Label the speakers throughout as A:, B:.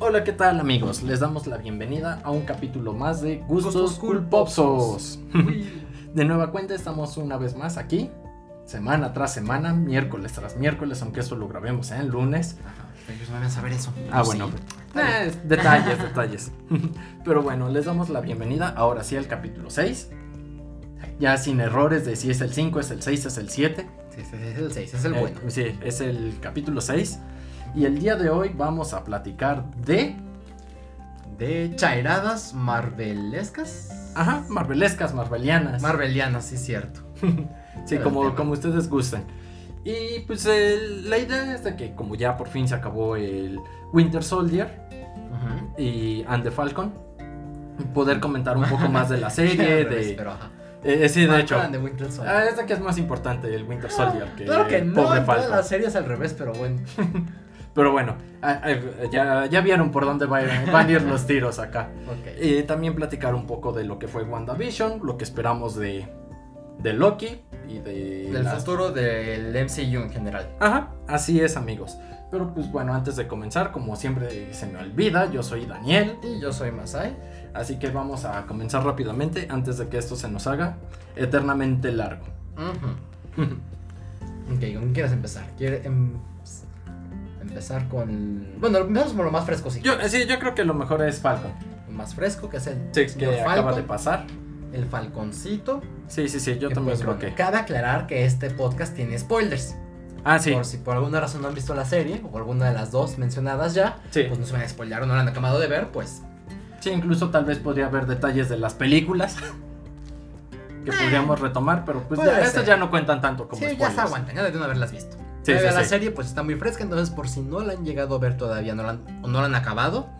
A: Hola, ¿qué tal amigos? Les damos la bienvenida a un capítulo más de Gustos,
B: Gustos
A: Cool Popsos.
B: Popsos.
A: De nueva cuenta estamos una vez más aquí, semana tras semana, miércoles tras miércoles, aunque eso lo grabemos en lunes.
B: Ajá, pero ellos no deben saber eso.
A: Ah,
B: Yo
A: bueno.
B: sí.
A: Eh, es- detalles, detalles. Pero bueno, les damos la bienvenida ahora sí al capítulo 6. Ya sin errores de si es el 5, es el 6, es el 7.
B: Sí, sí, sí, es el 6, es el
A: Eh,
B: bueno.
A: sí, es el capítulo 6. Y el día de hoy vamos a platicar de...
B: De chairadas marvelescas.
A: Ajá, marvelescas, marvelianas.
B: Marvelianas, sí, cierto.
A: Sí,
B: Era el
A: como,
B: tema.
A: como ustedes gusten. Y pues el- la idea es de que como ya por fin se acabó el Winter Soldier
B: Ujú.
A: y And the Falcon, poder comentar un poco más de la serie,
B: Al revés,
A: de...
B: Pero, ajá.
A: eh, eh, sí, de
B: Ah,
A: hecho.
B: eran de Winter Soldier.
A: Ah, es de que es más importante el Winter Soldier que,
B: claro que
A: el
B: no,
A: pobre
B: en todas
A: Falcon.
B: las series al revés, pero bueno.
A: Pero bueno, ah, ah, ya, ya vieron por dónde va- van a ir los tiros acá.
B: Ok.
A: Eh, también platicar un poco de lo que fue WandaVision, lo que esperamos de, de Loki y de...
B: Del
A: las-
B: futuro del MCU en general.
A: Ajá, así es amigos. Pero pues bueno, antes de comenzar, como siempre se me olvida, yo soy Daniel,
B: Y yo soy Masai.
A: así que vamos a comenzar rápidamente antes de que esto se nos haga eternamente largo.
B: Ujú. Ok, ¿con qué quieres empezar? ¿Quieres em- empezar con. Bueno, empezamos por lo más fresco, sí.
A: Yo, eh, sí, yo creo que lo mejor es Falcon.
B: Lo más fresco, que es el.
A: Sí, que
B: señor
A: acaba de
B: Falcon,
A: pasar.
B: El falconcito.
A: Sí, sí, sí, yo
B: Que,
A: también
B: pues,
A: creo
B: bueno,
A: que...
B: Cabe aclarar que este podcast tiene spoilers.
A: Ah, sí,
B: Por si por alguna razón no han visto la serie o alguna de las dos mencionadas ya,
A: sí.
B: pues no se van a spoilear o no la han acabado de ver, pues.
A: Sí, incluso tal vez podría haber detalles de las películas que podríamos retomar, pero pues
B: Eh. Puede
A: ya, estas
B: ser.
A: ya no cuentan tanto
B: Sí,
A: como
B: ya se
A: spoilers.
B: aguantan, ya deben haberlas visto.
A: Sí,
B: Todavía
A: sí,
B: la
A: sí.
B: serie pues está muy fresca, entonces por si no la han llegado a ver todavía no la han, o no la han acabado,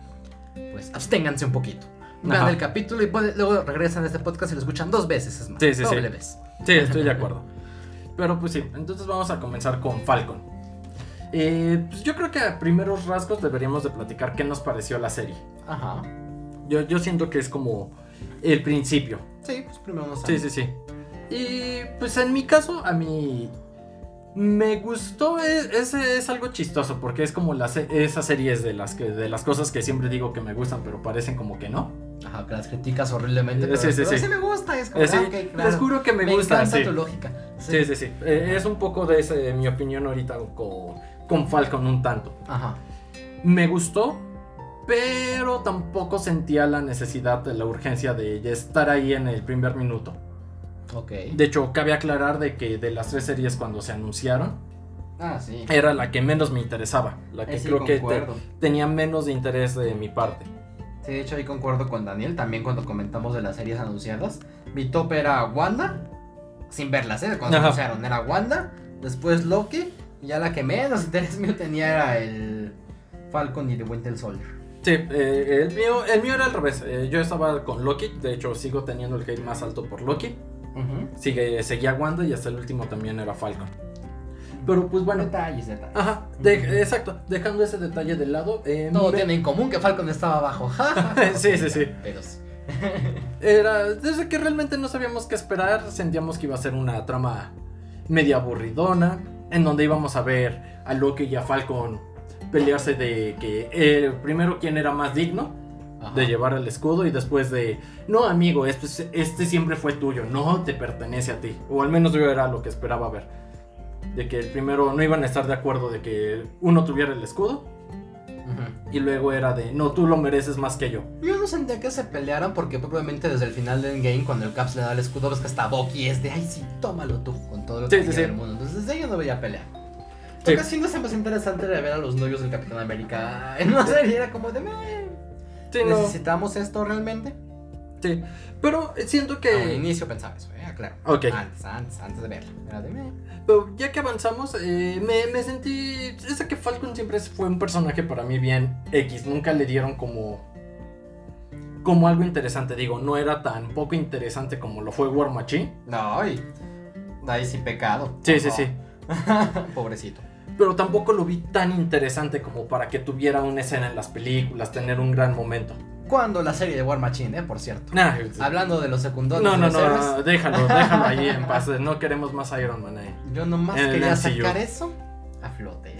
B: pues absténganse un poquito. Vean
A: Ajá.
B: el capítulo y pues, luego regresan a este podcast y lo escuchan dos veces, es más.
A: Sí, sí, sí.
B: doble vez.
A: Sí, estoy de acuerdo. Pero pues sí, entonces vamos a comenzar con Falcon. Eh, pues yo creo que a primeros rasgos deberíamos de platicar qué nos pareció la serie.
B: Ajá.
A: Yo, yo siento que es como el principio.
B: Sí, pues primero nos
A: Sí, sí, sí. Y pues en mi caso, a mí me gustó, es, es- es algo chistoso, porque es como las, esas series de las, que, de las cosas que siempre digo que me gustan, pero parecen como que no.
B: Ajá, que las criticas horriblemente, pero,
A: Sí, sí,
B: pero
A: sí.
B: sí me gusta, es como,
A: Eh, sí,
B: ah, ok, claro.
A: Les juro que me,
B: me
A: gustan.
B: encanta
A: sí.
B: tu lógica.
A: Sí, sí, sí. Eh, es un poco de ese, mi opinión ahorita con, con Falcon un tanto.
B: Ajá.
A: Me gustó, pero tampoco sentía la necesidad de la urgencia de ya estar ahí en el primer minuto.
B: Ok.
A: De hecho, cabe aclarar de que de las tres series cuando se anunciaron,
B: Ah, sí.
A: era la que menos me interesaba, la que
B: Ahí sí
A: Eh, creo que te-
B: concuerdo.
A: tenía menos de interés de mi parte.
B: Sí, de hecho ahí concuerdo con Daniel, también cuando comentamos de las series anunciadas. Mi top era Wanda, sin verlas, ¿eh? Cuando
A: Ajá.
B: anunciaron era Wanda, después Loki, y ya la que menos interés mío tenía era el Falcon y The Winter Soldier.
A: Sí, eh, el, mío, el mío era al revés. Eh, yo estaba con Loki, de hecho sigo teniendo el hate más alto por Loki. Sigue, seguía Wanda y hasta el último también era Falcon. Pero pues bueno.
B: Detalles, detalles.
A: Ajá, de- exacto. Dejando ese detalle de lado. eh,
B: Todo
A: me-
B: tiene en común que Falcon estaba abajo. ja, ja, ja.
A: Sí, sí, sí.
B: Pero sí.
A: Era, desde que realmente no sabíamos qué esperar, sentíamos que iba a ser una trama media aburridona, en donde íbamos a ver a Loki y a Falcon pelearse de que eh, primero quién era más digno
B: Ajá.
A: de llevar el escudo y después de, no amigo, este, es- este siempre fue tuyo, no te pertenece a ti, o al menos yo era lo que esperaba ver, de que el primero no iban a estar de acuerdo de que uno tuviera el escudo
B: Ujú.
A: y luego era de, no, tú lo mereces más que yo.
B: Yo no sentía que se pelearan porque probablemente desde el final de Endgame cuando el Caps le da el escudo ves que hasta Bucky es de ay sí, tómalo tú con todo lo que
A: Sí,
B: te
A: sí,
B: queda
A: sí.
B: del mundo. Entonces desde ahí yo no veía pelea.
A: Sí.
B: Lo que sí no se me hace interesante era ver a los novios del Capitán América en una serie, era como de "Meh,
A: Sí, no,
B: ¿Necesitamos esto realmente?
A: sí. Pero eh, siento que...
B: Que Al inicio pensaba eso, eh, claro.
A: Ah, Ok.
B: Antes, antes, antes de verla. Era de "Meh".
A: Pero ya que avanzamos, eh, me, me sentí. Esa que Falcon siempre fue un personaje para mí bien X. Nunca le dieron como. Como algo interesante. Digo, no era tan poco interesante como lo fue War Machine.
B: No, y ahí sí pecado. Oh,
A: Sí, sí, sí.
B: Pobrecito.
A: Pero tampoco lo vi tan interesante como para que tuviera una escena en las películas, tener un gran momento.
B: Cuando la serie de War Machine, eh, por cierto.
A: Nah,
B: Hablando de los secundarios.
A: no,
B: de
A: no,
B: los héroes,
A: no, déjalo, déjalo ahí en paz. No queremos más Iron Man ahí.
B: Yo nomás
A: En el
B: quería
A: MCU.
B: sacar eso a flote.
A: Sí,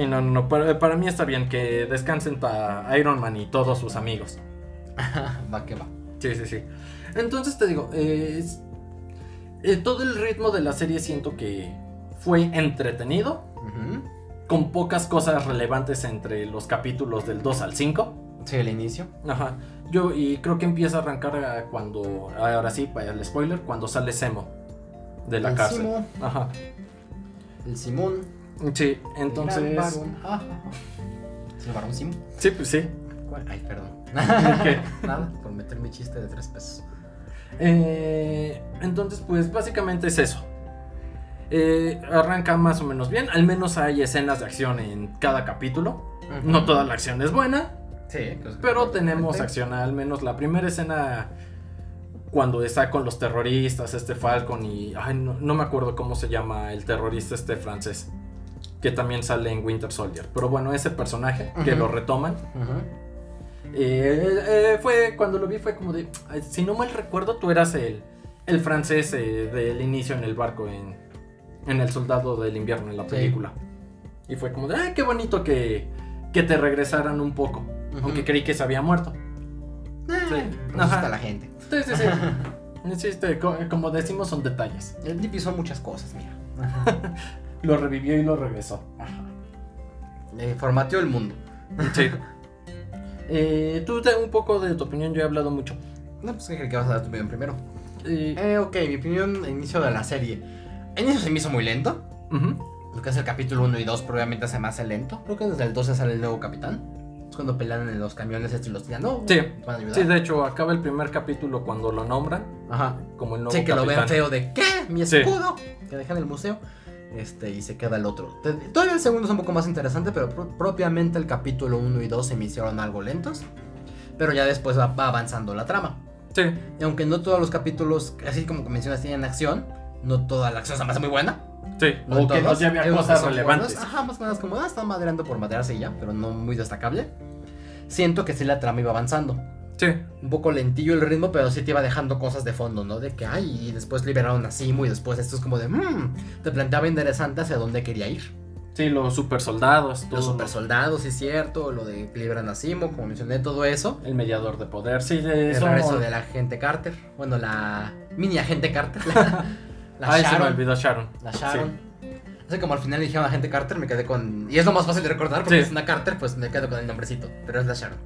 A: Sí, no, no, no. Para, para mí está bien que descansen para Iron Man y todos sus amigos.
B: va que va.
A: Sí, sí, sí. Entonces te digo, eh, es- eh, todo el ritmo de la serie siento que fue entretenido,
B: Ujú.
A: con pocas cosas relevantes entre los capítulos del 2 al 5.
B: Sí, el inicio.
A: Ajá. Yo y creo que empieza a arrancar ah, cuando, ahora sí, para el spoiler, cuando sale Semo de la
B: El
A: cárcel.
B: Simo,
A: Ajá.
B: el Simón.
A: Sí,
B: el gran
A: entonces...
B: varón. Ah, ah, ah. ¿Es el varón Simo?
A: Sí, pues sí.
B: ¿Cuál? Ay, perdón.
A: ¿Qué?
B: Nada, por meter mi chiste de tres pesos.
A: Eh, entonces, pues básicamente es eso. Eh, arranca más o menos bien, al menos hay escenas de acción en cada capítulo. No toda la acción es buena,
B: Sí,
A: pero tenemos acción, al menos la primera escena cuando está con los terroristas, este Falcon y... ay, no, no me acuerdo cómo se llama el terrorista este francés, que también sale en Winter Soldier. Pero bueno, ese personaje que
B: Ujú.
A: lo retoman. Eh, eh, fue cuando lo vi fue como de, "Ay, si no mal recuerdo, tú eras el, el francés eh, del inicio en el barco, en, en El Soldado del Invierno, en la
B: Sí.
A: película. Y fue como de, ay, qué bonito que, que te regresaran un poco,
B: Ujú.
A: aunque creí que se había muerto. Sí. Ajá.
B: está Ah, la gente.
A: Sí, sí, sí. Sí, este, co- como decimos, son detalles.
B: El Dipi son muchas cosas, mira.
A: Lo revivió y lo regresó.
B: Eh, formateó el mundo.
A: Sí. Eh, tú da un poco de tu opinión, yo he hablado mucho.
B: No, pues ¿qué que vas a dar tu opinión primero.
A: Eh,
B: Eh, ok, mi opinión al inicio de la serie. Al inicio se me hizo muy lento.
A: ujú.
B: Lo que es el capítulo 1 y 2 probablemente se me hace lento. Creo que desde el 12 sale el nuevo capitán. Es cuando pelean en los camiones estos y los tiran. No,
A: Sí.
B: te van a ayudar.
A: Sí, de hecho, acaba el primer capítulo cuando lo nombran
B: Ajá.
A: como el nuevo
B: Sí, que lo vean
A: capitán.
B: feo de ¿qué? Mi
A: Sí.
B: escudo. Que dejan el museo. Este, y se queda el otro. Te- Todavía el segundo es un poco más interesante, pero pro- propiamente el capítulo 1 y 2 se me hicieron algo lentos. Pero ya después va, va avanzando la trama.
A: Sí,
B: Y aunque no todos los capítulos, así como que mencionas, tienen acción, no toda la acción se me hace muy buena.
A: sí.
B: No
A: o que no
B: todos.
A: se había
B: Hay unos que
A: cosas
B: son
A: relevantes.
B: buenos, Ajá, más o menos como, ah, están madreando por madrearse y ya, pero no muy destacable. Siento que sí la trama iba avanzando
A: Sí,
B: un poco lentillo el ritmo, pero sí te iba dejando cosas de fondo, ¿no? De que, ay, y después liberaron a Simo y después esto es como de, mmm, te planteaba interesante hacia dónde quería ir.
A: sí, los super soldados,
B: Los super soldados, sí es cierto, lo de que liberan a Simo, como mencioné, todo eso.
A: el mediador de poder, sí, de
B: El
A: son-
B: regreso de la agente Carter, bueno, la mini agente Carter, la, la
A: Ay, se me
B: Sharon.
A: olvidó Sharon.
B: La Sharon. Así como al final dijeron agente Carter, me quedé con... Y es lo más fácil de recordar porque
A: Sí.
B: es una Carter, pues me quedo con el nombrecito, pero es la Sharon.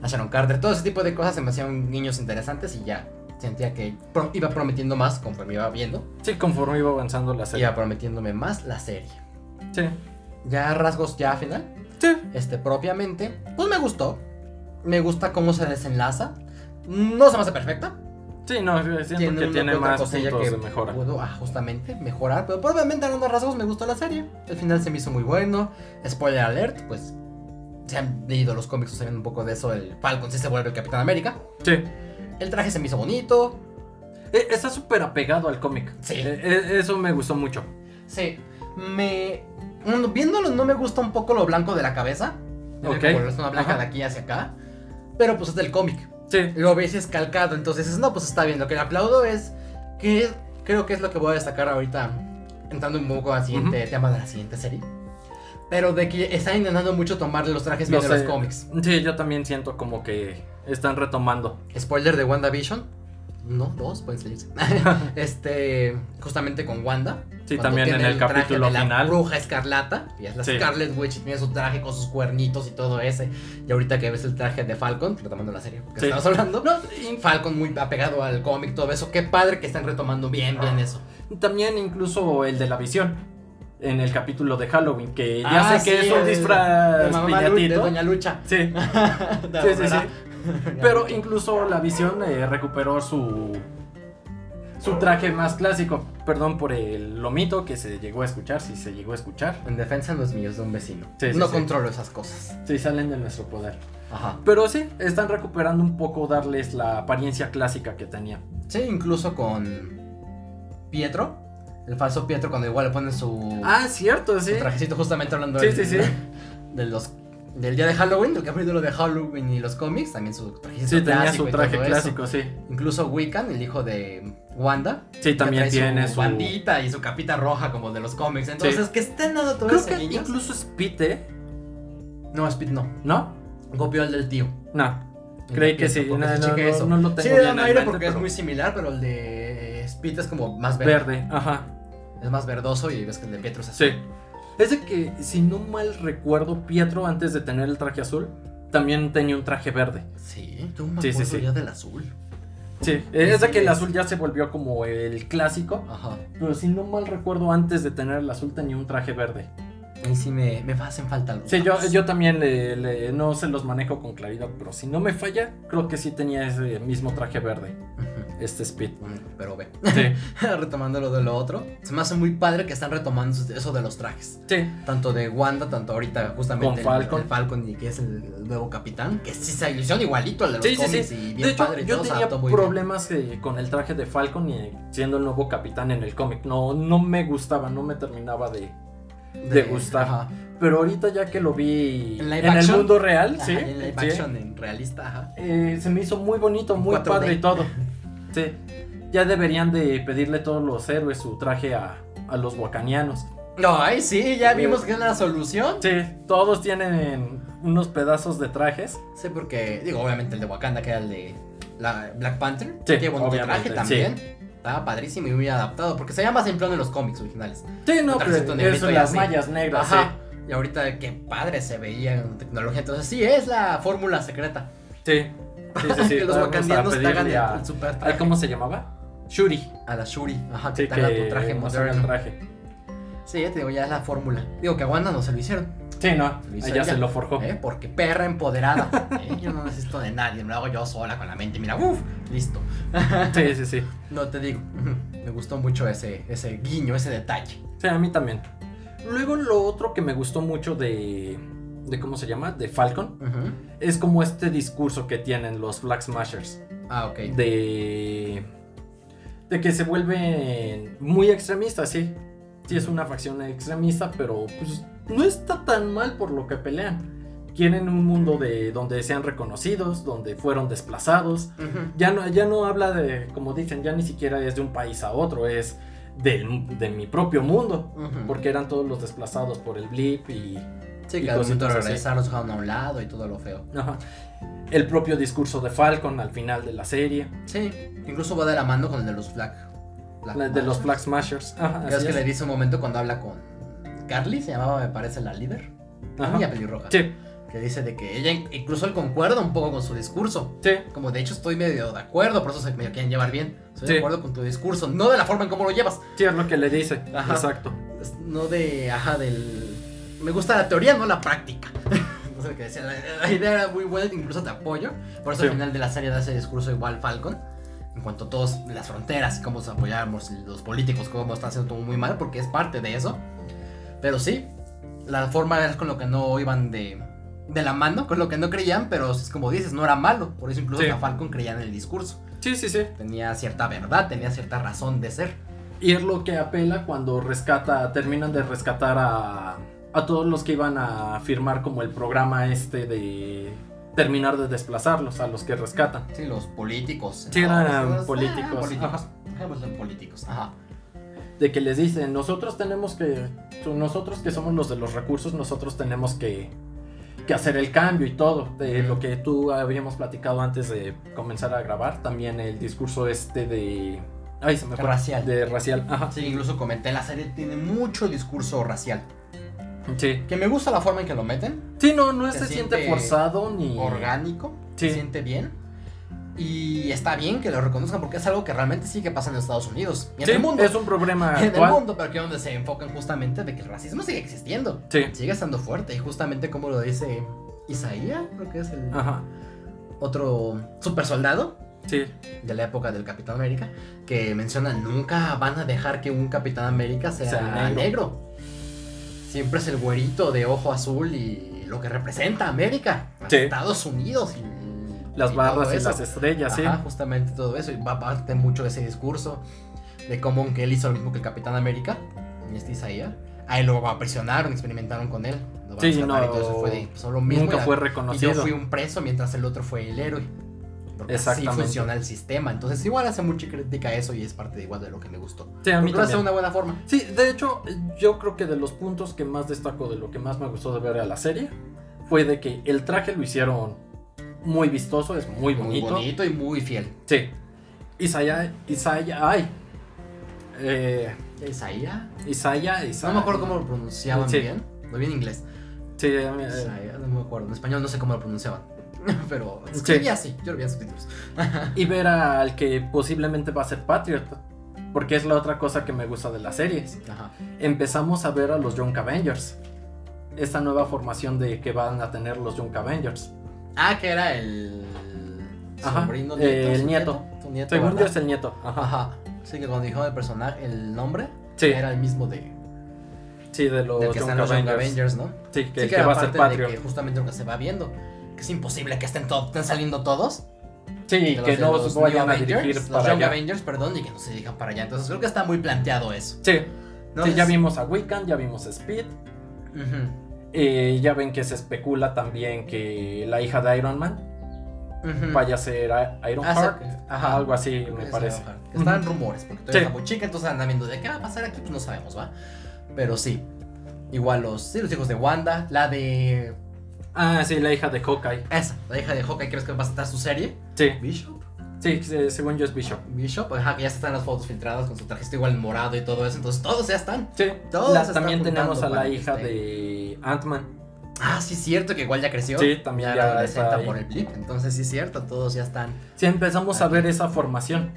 B: La Sharon Carter, todo ese tipo de cosas se me hacían niños interesantes y ya sentía que pro- iba prometiendo más conforme iba viendo,
A: Sí. sí, conforme iba avanzando la serie.
B: iba prometiéndome más la serie.
A: Sí,
B: Ya rasgos ya final,
A: sí,
B: este propiamente, pues me gustó. Me gusta cómo se desenlaza. No se me hace perfecta,
A: sí, no, siento que
B: una
A: tiene
B: que otra
A: más
B: cosilla
A: puntos
B: que
A: de mejora.
B: Pudo, ah, justamente, mejorar. Pero probablemente a grandes rasgos me gustó la serie. El final se me hizo muy bueno. Spoiler alert, pues. Se han leído los cómics, saben un poco de eso. El Falcon sí se vuelve el Capitán América.
A: Sí,
B: El traje se me hizo bonito.
A: E- está súper apegado al cómic.
B: Sí.
A: E- e- eso me gustó mucho.
B: Sí, me. mm, Viéndolo, no me gusta un poco lo blanco de la cabeza.
A: Ok.
B: Como la zona blanca
A: Ajá.
B: de aquí hacia acá. Pero pues es del cómic.
A: Sí,
B: lo ves y es calcado, entonces dices, no, pues está bien, lo que le aplaudo es que creo que es lo que voy a destacar ahorita, entrando un poco al siguiente tema de la siguiente serie, pero de que están intentando mucho tomar los trajes bien
A: Los,
B: de los
A: eh,
B: cómics.
A: sí, yo también siento como que están retomando.
B: Spoiler de WandaVision, no, dos pueden salirse, este, justamente con Wanda.
A: Sí,
B: cuando
A: también en
B: tiene
A: el,
B: traje
A: capítulo
B: de la
A: final.
B: bruja escarlata, y es la
A: Sí.
B: Scarlet Witch, y tiene su traje con sus cuernitos y todo ese, y ahorita que ves el traje de Falcon, retomando la serie que
A: Sí.
B: estamos hablando.
A: No,
B: Falcon muy apegado al cómic, todo eso. Qué padre que están retomando bien,
A: Ah.
B: bien eso.
A: y también incluso el de la visión. En el capítulo de Halloween, que ya
B: Ah,
A: sé que
B: sí,
A: es un
B: el-
A: disfraz
B: De mamá Lu- de
A: piñatito.
B: Doña Lucha.
A: Sí,
B: De
A: Sí, sí,
B: Aurora.
A: pero incluso la visión eh, recuperó su su traje más clásico. Perdón por el lomito que se llegó a escuchar, si se llegó a escuchar.
B: En defensa de los míos de un vecino.
A: Sí, sí,
B: no
A: sí.
B: controlo esas cosas.
A: Sí, salen de nuestro poder.
B: Ajá.
A: Pero sí, están recuperando un poco darles la apariencia clásica que tenía.
B: Sí, incluso con Pietro. El falso Pietro, cuando igual le ponen su,
A: Ah, cierto,
B: su
A: sí.
B: trajecito, justamente hablando
A: Sí,
B: del,
A: sí, sí.
B: de los, del día de Halloween, del capítulo de Halloween y los cómics. También su trajecito
A: Sí, tenía
B: clásico
A: su
B: y
A: traje
B: todo eso.
A: clásico, sí.
B: Incluso Wiccan, el hijo de Wanda,
A: Sí, también
B: que trae
A: tiene
B: su
A: su...
B: bandita y su capita roja como de los cómics. Entonces, que estén dando todo
A: Creo
B: ese
A: que
B: guiño.
A: incluso Spite
B: No, Speed no.
A: ¿No?
B: Copió el del tío.
A: No.
B: El
A: Creí
B: del
A: que
B: tío,
A: sí. No,
B: porque sí
A: no,
B: chequé
A: no,
B: eso.
A: no lo tengo
B: Sí,
A: bien
B: le dan
A: en
B: aire
A: mente,
B: porque es
A: pero
B: muy similar, pero el de Speed es como más verde.
A: verde. Ajá.
B: Es más verdoso y ves que el de Pietro es así.
A: Sí. Es de que, si no mal recuerdo, Pietro, antes de tener el traje azul, también tenía un traje verde.
B: Sí, yo me
A: Sí, sí,
B: acuerdo
A: sí.
B: ya del azul.
A: Sí. Es de que el
B: Sí.
A: azul ya se volvió como el clásico.
B: Ajá.
A: Pero si no mal recuerdo, antes de tener el azul tenía un traje verde.
B: Y sí me, me hacen falta algunos.
A: Sí, yo, yo también le- le- no se los manejo con claridad, pero si no me falla, creo que sí tenía ese mismo traje verde,
B: Ujú.
A: este Speed.
B: Mm, Pero ve,
A: Sí,
B: retomando lo de lo otro, se me hace muy padre que están retomando eso de los trajes.
A: sí,
B: Tanto de Wanda, tanto ahorita justamente
A: Con
B: el-
A: Falcon.
B: el Falcon y que es el, el nuevo capitán, que sí se hicieron igualito al de los
A: Sí, sí,
B: cómics
A: sí.
B: y bien
A: De hecho,
B: padre y
A: yo
B: todo, se
A: tenía
B: adaptó muy bien.
A: problemas eh, con el traje de Falcon y siendo el nuevo capitán en el cómic. No, no me gustaba, no me terminaba de... de gustar.
B: ajá.
A: Pero ahorita ya que lo vi
B: En live
A: en el
B: action.
A: mundo real,
B: Ajá,
A: sí,
B: y en live
A: sí,
B: action, en realista, ajá.
A: eh, se me hizo muy bonito, muy
B: 4D.
A: padre y todo. Sí, ya deberían de pedirle todos los héroes su traje a, a los wakanianos.
B: No, ay, sí, ya vimos que es la solución.
A: Sí, todos tienen unos pedazos de trajes.
B: Sí, porque, digo, obviamente el de Wakanda, que era el de la Black Panther.
A: Sí,
B: Qué bonito
A: obviamente,
B: traje también. Estaba padrísimo y muy adaptado, porque se llama simplón en los cómics originales.
A: Sí, no,
B: Un
A: pero
B: trajecito negrito
A: eso,
B: y
A: las
B: así.
A: mallas negras,
B: Ajá. Y ahorita qué padre se veía en tecnología. Entonces, sí, es la fórmula secreta.
A: sí. Sí, sí, sí, sí.
B: que los
A: vamos a
B: wakandianos te hagan
A: pedirle
B: el,
A: a-
B: el super
A: a-
B: traje.
A: ¿Cómo se llamaba? Shuri.
B: A la Shuri. Ajá, que
A: Sí,
B: te haga
A: que
B: tu traje
A: nos haga el
B: moderno.
A: traje.
B: Sí, ya te digo, ya es la fórmula. Digo que a Wanda no se lo hicieron.
A: Sí, no,
B: Lo hizo
A: ella
B: ella.
A: se lo forjó.
B: ¿eh? Porque perra empoderada. ¿eh? Yo no necesito de nadie, me lo hago yo sola con la mente. Mira, uff, listo.
A: Sí, sí, sí.
B: No te digo. Ujú. Me gustó mucho ese, ese guiño, ese detalle.
A: Sí, a mí también. Luego lo otro que me gustó mucho de, de ¿cómo se llama? De Falcon,
B: Ujú.
A: es como este discurso que tienen los Black Smashers
B: Ah, ok.
A: de de que se vuelven muy extremistas, sí. Sí es una facción extremista, pero pues no está tan mal por lo que pelean. Quieren un mundo de donde sean reconocidos, donde fueron desplazados.
B: Ujú.
A: Ya no, ya no habla de, como dicen, ya ni siquiera es de un país a otro, es del- de mi propio mundo
B: Ujú.
A: porque eran todos los desplazados por el blip y
B: Sí,
A: y
B: que al momento
A: cositas
B: de
A: así.
B: regresar los dejaron a un lado y todo lo feo.
A: ajá, el propio discurso de Falcon al final de la serie,
B: Sí, incluso va de la mano con el de los Black. Black
A: la- de los
B: Panthers.
A: Black Smashers. Ajá,
B: Ya ves
A: así
B: que
A: es.
B: le dice un momento cuando habla con Carly, se llamaba, me parece, la líder. La
A: Ajá.
B: niña pelirroja.
A: Sí,
B: Que dice de que ella in- incluso él concuerda un poco con su discurso.
A: sí,
B: Como de hecho estoy medio de acuerdo, por eso se me quieren llevar bien. Estoy
A: Sí.
B: de acuerdo con tu discurso, no de la forma en cómo lo llevas.
A: sí, es lo que le dice.
B: Ajá.
A: Exacto.
B: Es- No de, ajá, del... Me gusta la teoría, no la práctica. no sé qué decía. La, la idea era muy buena, incluso te apoyo. Por eso
A: Sí.
B: al final de la serie da ese discurso igual Falcon. En cuanto a todas las fronteras, cómo nos apoyamos, los políticos, cómo están haciendo todo muy mal, porque es parte de eso. Pero sí, la forma es con lo que no iban de, de la mano, con lo que no creían, pero es como dices, no era malo. Por eso incluso
A: Sí.
B: la Falcon creía en el discurso.
A: Sí, sí, sí.
B: Tenía cierta verdad, tenía cierta razón de ser.
A: Y es lo que apela cuando rescata, terminan de rescatar a, a todos los que iban a firmar como el programa este de terminar de desplazarlos, a los que rescatan.
B: Sí, los políticos.
A: Sí, eran
B: senadores, todos-
A: políticos,
B: ah, políticos.
A: ajá.
B: Dejémoslo en políticos. Ajá.
A: de que les dicen, nosotros tenemos que, nosotros que somos los de los recursos, nosotros tenemos que, que hacer el cambio y todo, de lo que tú habíamos platicado antes de comenzar a grabar, también el discurso este de... Ay, se me fue.
B: Racial.
A: De racial, ajá.
B: Sí, incluso comenté, la serie tiene mucho discurso racial.
A: Sí.
B: Que me gusta la forma en que lo meten.
A: Sí, no, no
B: Se
A: se, siente
B: siente
A: forzado ni...
B: Orgánico.
A: Sí.
B: Se siente bien. Y está bien que lo reconozcan porque es algo que realmente sí que pasa en Estados Unidos. Y en
A: Sí,
B: el mundo.
A: es un problema
B: en el
A: actual.
B: mundo, pero que es donde se enfocan justamente de que el racismo sigue existiendo.
A: Sí,
B: Sigue estando fuerte. Y justamente como lo dice Isaías, creo que es el
A: ajá.
B: otro super soldado.
A: Sí,
B: de la época del Capitán América, que menciona nunca van a dejar que un Capitán América sea,
A: Sea negro.
B: negro. Siempre es el güerito de ojo azul y lo que representa América, a
A: Sí.
B: Estados Unidos y
A: las
B: y
A: barras
B: todo
A: y
B: eso.
A: las estrellas, sí.
B: Ajá, justamente todo eso y va parte mucho de ese discurso de cómo aunque él hizo lo mismo que el Capitán América, y este Isaías, a él lo aprisionaron, experimentaron con él. lo van a
A: Sí,
B: rescatar,
A: no,
B: entonces fue de, pues, lo mismo,
A: Nunca
B: y la-
A: fue
B: y
A: reconocido.
B: yo fui un preso mientras el otro fue el héroe. Porque así
A: Exactamente.
B: funciona el sistema. Entonces igual hace mucha crítica a eso y es parte de igual de lo que me gustó.
A: Sí, a mí
B: Porque lo hace de
A: también.
B: una buena forma.
A: Sí, de hecho, yo creo que de los puntos que más destaco, de lo que más me gustó de ver a la serie, fue de que el traje lo hicieron muy vistoso, es muy
B: Muy
A: bonito.
B: bonito y muy fiel.
A: Sí. Isaiah, Isaiah, ay. Eh,
B: Isaiah.
A: Isaiah,
B: No
A: Isaiah.
B: me acuerdo cómo lo pronunciaban
A: Sí.
B: bien. Lo vi en inglés.
A: Sí, eh,
B: Isaiah, no me acuerdo. En español no sé cómo lo pronunciaban. Pero escribía así. Yo lo vi en subtítulos.
A: y ver al que posiblemente va a ser Patriot. Porque es la otra cosa que me gusta de las series.
B: Ajá.
A: Empezamos a ver a los Young Avengers. Esta nueva formación de que van a tener los Young Avengers.
B: Ah, que era el.
A: Ajá, Eh,
B: Sobrino,
A: el
B: nieto, su
A: nieto.
B: Tu nieto.
A: Según yo
B: ¿verdad?
A: es el nieto. Ajá.
B: Ajá. Sí, que cuando dijo el personaje, el nombre,
A: Sí,
B: era el mismo de.
A: sí, de los
B: del que
A: Young
B: están los Young
A: Avengers.
B: Avengers, ¿no?
A: Sí, que,
B: sí,
A: el
B: que,
A: que
B: era
A: va a ser
B: parte
A: Patriot.
B: de que justamente lo que se va viendo. Que es imposible que estén, to- estén saliendo todos.
A: Sí,
B: de los-
A: que
B: de
A: no
B: los
A: los vayan
B: New
A: a
B: Avengers,
A: dirigir
B: los
A: para
B: Young
A: allá.
B: Avengers, perdón, y que no se dirijan para allá. Entonces creo que está muy planteado eso.
A: Sí,
B: ¿no?
A: sí, ya
B: Es-
A: vimos a Wiccan, ya vimos a Speed.
B: Ujú,
A: Eh, ya ven que se especula también que la hija de Iron Man
B: ujú.
A: vaya a ser I-
B: Mm. Ah, sí,
A: Ironheart.
B: ajá.
A: Algo así,
B: Creo que
A: me
B: es
A: parece.
B: Ironheart. Que Están rumores, porque todavía
A: Sí.
B: está muy chica, entonces andan viendo de qué va a pasar aquí, pues no sabemos, ¿va? Pero sí. Igual los, sí, los hijos de Wanda, la de.
A: Ah, sí, la hija de Hawkeye.
B: Esa, la hija de Hawkeye, que ves que va a estar su serie.
A: Sí,
B: Bishop.
A: sí, sí, según yo es Bishop.
B: Bishop, ajá, que ya están las fotos filtradas con su trajecito igual en morado y todo eso, entonces todos ya están.
A: Sí,
B: Todos
A: la-
B: se están
A: también tenemos a
B: juntando este.
A: la
B: para que
A: hija
B: esté.
A: de Ant-Man.
B: Ah, sí, es cierto que igual ya creció.
A: Sí, también
B: era
A: ya
B: adolescente
A: está ahí.
B: por el blip, entonces sí es cierto, todos ya están.
A: Sí, empezamos a
B: Aquí.
A: ver esa formación.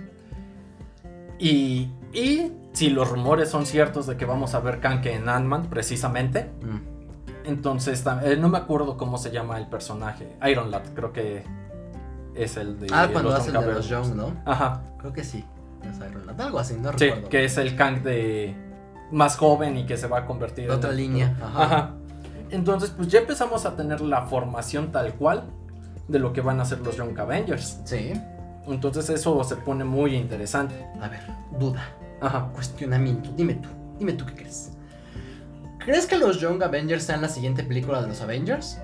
A: Y, y si los rumores son ciertos de que vamos a ver Kanke en Ant-Man, precisamente,
B: Mm.
A: entonces tam- eh, no me acuerdo cómo se llama el personaje. Iron Lad, creo que es el de
B: Ah, cuando
A: los
B: hacen
A: Don
B: de los
A: Gabriel.
B: Young, ¿no?
A: Ajá,
B: Creo que sí. Es Iron Lad, Algo así, no
A: sí,
B: recuerdo.
A: que es el Kang de más joven y que se va a convertir
B: De otra
A: el-
B: línea. Ajá.
A: Ajá. Entonces, pues ya empezamos a tener la formación tal cual de lo que van a hacer los Young Avengers.
B: Sí.
A: Entonces, eso se pone muy interesante.
B: A ver, duda,
A: Ajá.
B: cuestionamiento. Dime tú, dime tú qué crees. ¿Crees que los Young Avengers sean la siguiente película de los Avengers?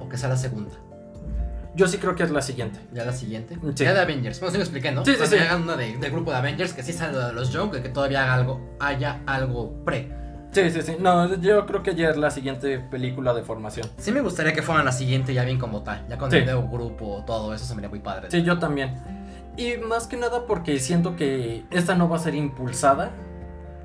B: ¿O que sea la segunda?
A: Yo sí creo que es la siguiente.
B: Ya la siguiente.
A: Sí.
B: Ya de Avengers. Bueno, sí lo expliqué, ¿no?
A: Sí, sí,
B: Cuando
A: sí.
B: hagan una de- del grupo de Avengers que sí salga de los Young, que que todavía haga algo, haya algo pre.
A: Sí, sí, sí. No, yo creo que ya es la siguiente película de formación.
B: Sí me gustaría que fueran la siguiente ya bien como tal. Ya con
A: Sí.
B: el nuevo grupo, todo eso se me haría muy padre.
A: Sí, yo también. Y más que nada porque siento que esta no va a ser impulsada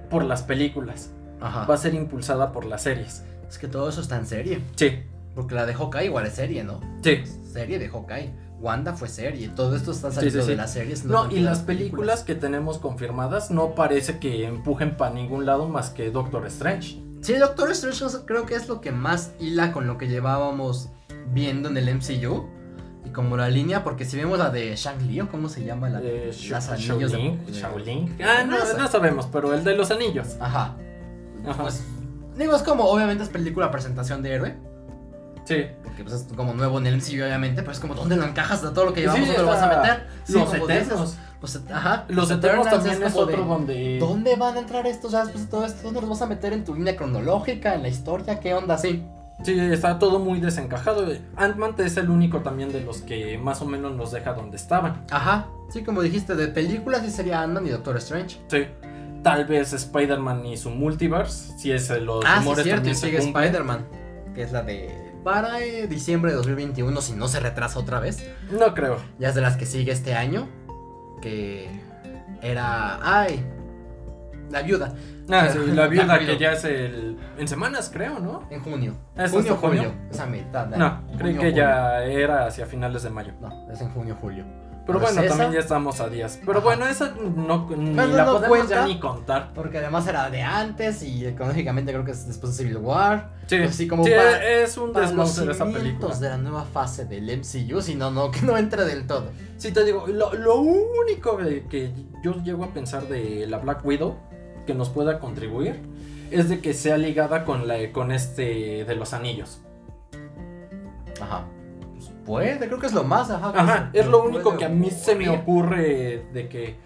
A: por las películas,
B: Ajá.
A: va a ser impulsada por las series.
B: Es que todo eso está en serie.
A: Sí,
B: Porque la de Hawkeye igual es serie, ¿no?
A: sí.
B: Serie de Hawkeye. Wanda fue serie. Todo esto está
A: sí,
B: saliendo
A: sí.
B: de las series.
A: No,
B: tanto
A: y
B: de
A: las películas que tenemos confirmadas no parece que empujen para ningún lado más que Doctor Strange.
B: Sí, Doctor Strange es- creo que es lo que más hila con lo que llevábamos viendo en el MCU. Y como la línea, porque si vemos la de Shang-Li o cómo se llama la
A: Eh,
B: las
A: Sha-
B: anillos de-
A: Shaolin.
B: de-
A: Shaolin. Ah, no,
B: Esa.
A: no sabemos, pero el de los anillos.
B: Ajá.
A: Ajá.
B: Pues digo, es como, obviamente es película presentación de héroe,
A: Sí.
B: porque pues es como nuevo en el MCU obviamente, pero es como, ¿dónde lo encajas a todo lo que
A: Sí,
B: llevamos? ¿Dónde lo vas a
A: está-
B: meter? Sí,
A: los
B: como dices,
A: Eternos.
B: los et- ajá.
A: Los Eternos
B: Eternals
A: también es
B: como
A: otro
B: de,
A: donde...
B: ¿Dónde van a entrar estos? Ya después de todo esto, ¿dónde los vas a meter en tu línea cronológica, en la historia? ¿Qué onda? Sí.
A: Sí, está todo muy desencajado. Ant-Man es el único también de los que más o menos nos deja donde estaban.
B: Ajá. Sí, como dijiste, de películas sí sería Ant-Man y Doctor Strange.
A: Sí. Tal vez Spider-Man y su multiverse, si es eh, los
B: Ah, sí,
A: rumores
B: es cierto, y
A: también se
B: sigue
A: cumplen.
B: Spider-Man, que es la de... Para eh, diciembre de 2021, si no se retrasa otra vez,
A: No creo.
B: ya es de las que sigue este año, que era... ¡Ay! La viuda,
A: Ah, sí, la viuda
B: Rápido.
A: que ya es el... En semanas, creo, ¿no?
B: en junio.
A: ¿Es
B: junio,
A: hasta junio?
B: Esa mitad. de
A: No,
B: año,
A: creo
B: junio,
A: que
B: julio.
A: ya era hacia finales de mayo.
B: No, es en junio, julio.
A: Pero
B: Pues
A: bueno,
B: esa-
A: también ya estamos a días. Pero
B: Ajá.
A: bueno, esa no, ni
B: Bueno,
A: la
B: no
A: podemos
B: cuenta.
A: ya ni contar.
B: Porque además era de antes y económicamente creo que es después de Civil War.
A: Sí,
B: Pues sí, como
A: sí,
B: para-
A: es un
B: Para los
A: desmonte de esa película.
B: cimientos de la nueva fase del MCU, si no, no, que no entra del todo.
A: Sí, te digo, lo, lo único de que yo llego a pensar de la Black Widow que nos pueda contribuir es de que sea ligada con la con este de los anillos.
B: Ajá. Pues puede, creo que es lo más, ajá. que
A: Ajá,
B: se-
A: es lo
B: puede
A: único que a mí se me
B: ocurrir.
A: ocurre de que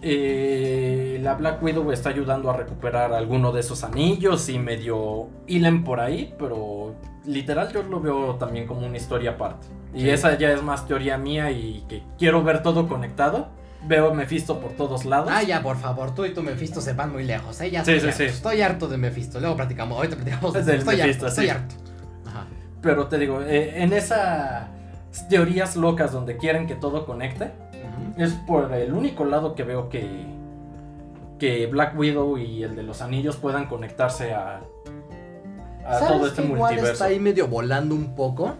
A: eh, la Black Widow está ayudando a recuperar alguno de esos anillos y medio hilen por ahí, pero literal yo lo veo también como una historia aparte. Y
B: Sí.
A: esa ya es más teoría mía y que quiero ver todo conectado. Veo a Mephisto por todos lados.
B: Ah, ya, por favor, tú y tu Mephisto se van muy lejos, ¿eh? Ya
A: Sí,
B: estoy,
A: sí,
B: harto,
A: sí.
B: estoy harto de Mephisto. Luego platicamos, ahorita platicamos de
A: Del
B: estoy
A: Mephisto,
B: harto,
A: sí.
B: estoy harto. Ajá.
A: Pero te digo, eh, en esas teorías locas donde quieren que todo conecte, es por el único lado que veo que, que Black Widow y el de los anillos puedan conectarse a, a
B: ¿Sabes
A: todo este
B: que igual
A: multiverso.
B: está ahí medio volando un poco?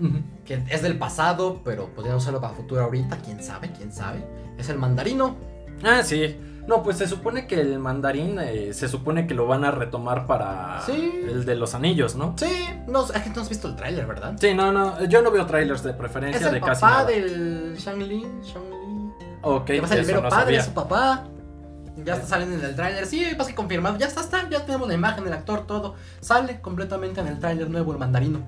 A: Ujú.
B: Que es del pasado, pero podrían usarlo para futuro ahorita. ¿Quién sabe? ¿Quién sabe? Es el mandarino.
A: Ah, sí. No, pues se supone que el mandarín eh, se supone que lo van a retomar para
B: Sí.
A: el de los anillos, ¿no?
B: Sí, no, es que no has visto el tráiler, ¿verdad?
A: Sí, no, no, yo no veo trailers de
B: Es
A: preferencia
B: el
A: de casi
B: papá
A: nada.
B: del Shang-Li. Shang-Li.
A: Ok,
B: que va a ser el
A: eso
B: mero
A: no
B: padre,
A: sabía.
B: su papá. Ya está, salen en el tráiler. Sí, pasa que confirmado. Ya está, está, ya tenemos la imagen, el actor, todo. Sale completamente en el tráiler nuevo el mandarino.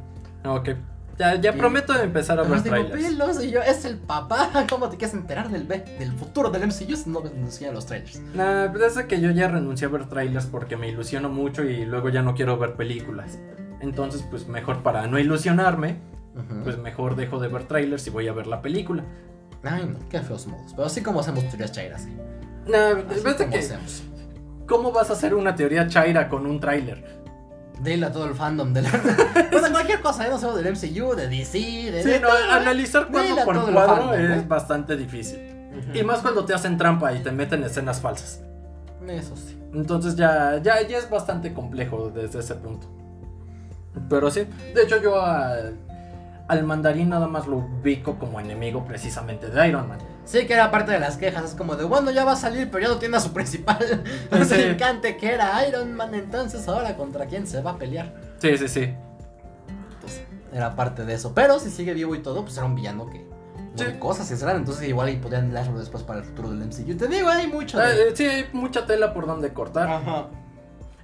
A: Ok. Ya, ya
B: Y-
A: prometo empezar a
B: Pero
A: ver
B: digo,
A: trailers.
B: pelos, y yo, es el papá. ¿Cómo te quieres enterar del, B- del futuro del MCU si no ves ni siquiera los trailers?
A: Nah, pues es que yo ya renuncié a ver trailers porque me ilusiono mucho y luego ya no quiero ver películas. Entonces, pues mejor para no ilusionarme, pues
B: Pues-
A: mejor dejo de ver trailers y voy a ver la película.
B: ay, no, qué feos modos. Pero así como hacemos teorías chairas. ¿eh?
A: Nah,
B: Así
A: ves de
B: como
A: que-
B: hacemos.
A: ¿Cómo vas a hacer una teoría chaira con un trailer?
B: Dile a todo el fandom del. bueno, cualquier cosa, ¿eh? No sabemos del MCU, de DC, de.
A: Sí,
B: de
A: no,
B: todo, ¿eh?
A: analizar cuadro
B: Mira
A: por
B: todo el
A: cuadro
B: fandom,
A: es
B: ¿no?
A: bastante difícil.
B: Ujú.
A: Y más cuando te hacen trampa y te meten escenas falsas.
B: Eso sí.
A: Entonces ya, ya, ya es bastante complejo desde ese punto. Pero sí, de hecho yo al, al mandarín nada más lo ubico como enemigo precisamente de Iron Man.
B: Sí, que era parte de las quejas. Es como de, bueno, ya va a salir, pero ya no tiene a su principal contrincante, que era Iron Man. Entonces, ahora contra quién se va a pelear.
A: Sí, sí, sí.
B: Entonces, era parte de eso. Pero si sigue vivo y todo, pues era un villano que. mueve
A: Sí.
B: cosas que serán. Entonces, igual y podrían lanzarlo después para el futuro del MCU. Te digo, hay mucho.
A: Ah,
B: De...
A: eh, sí, hay mucha tela por donde cortar.
B: Ajá.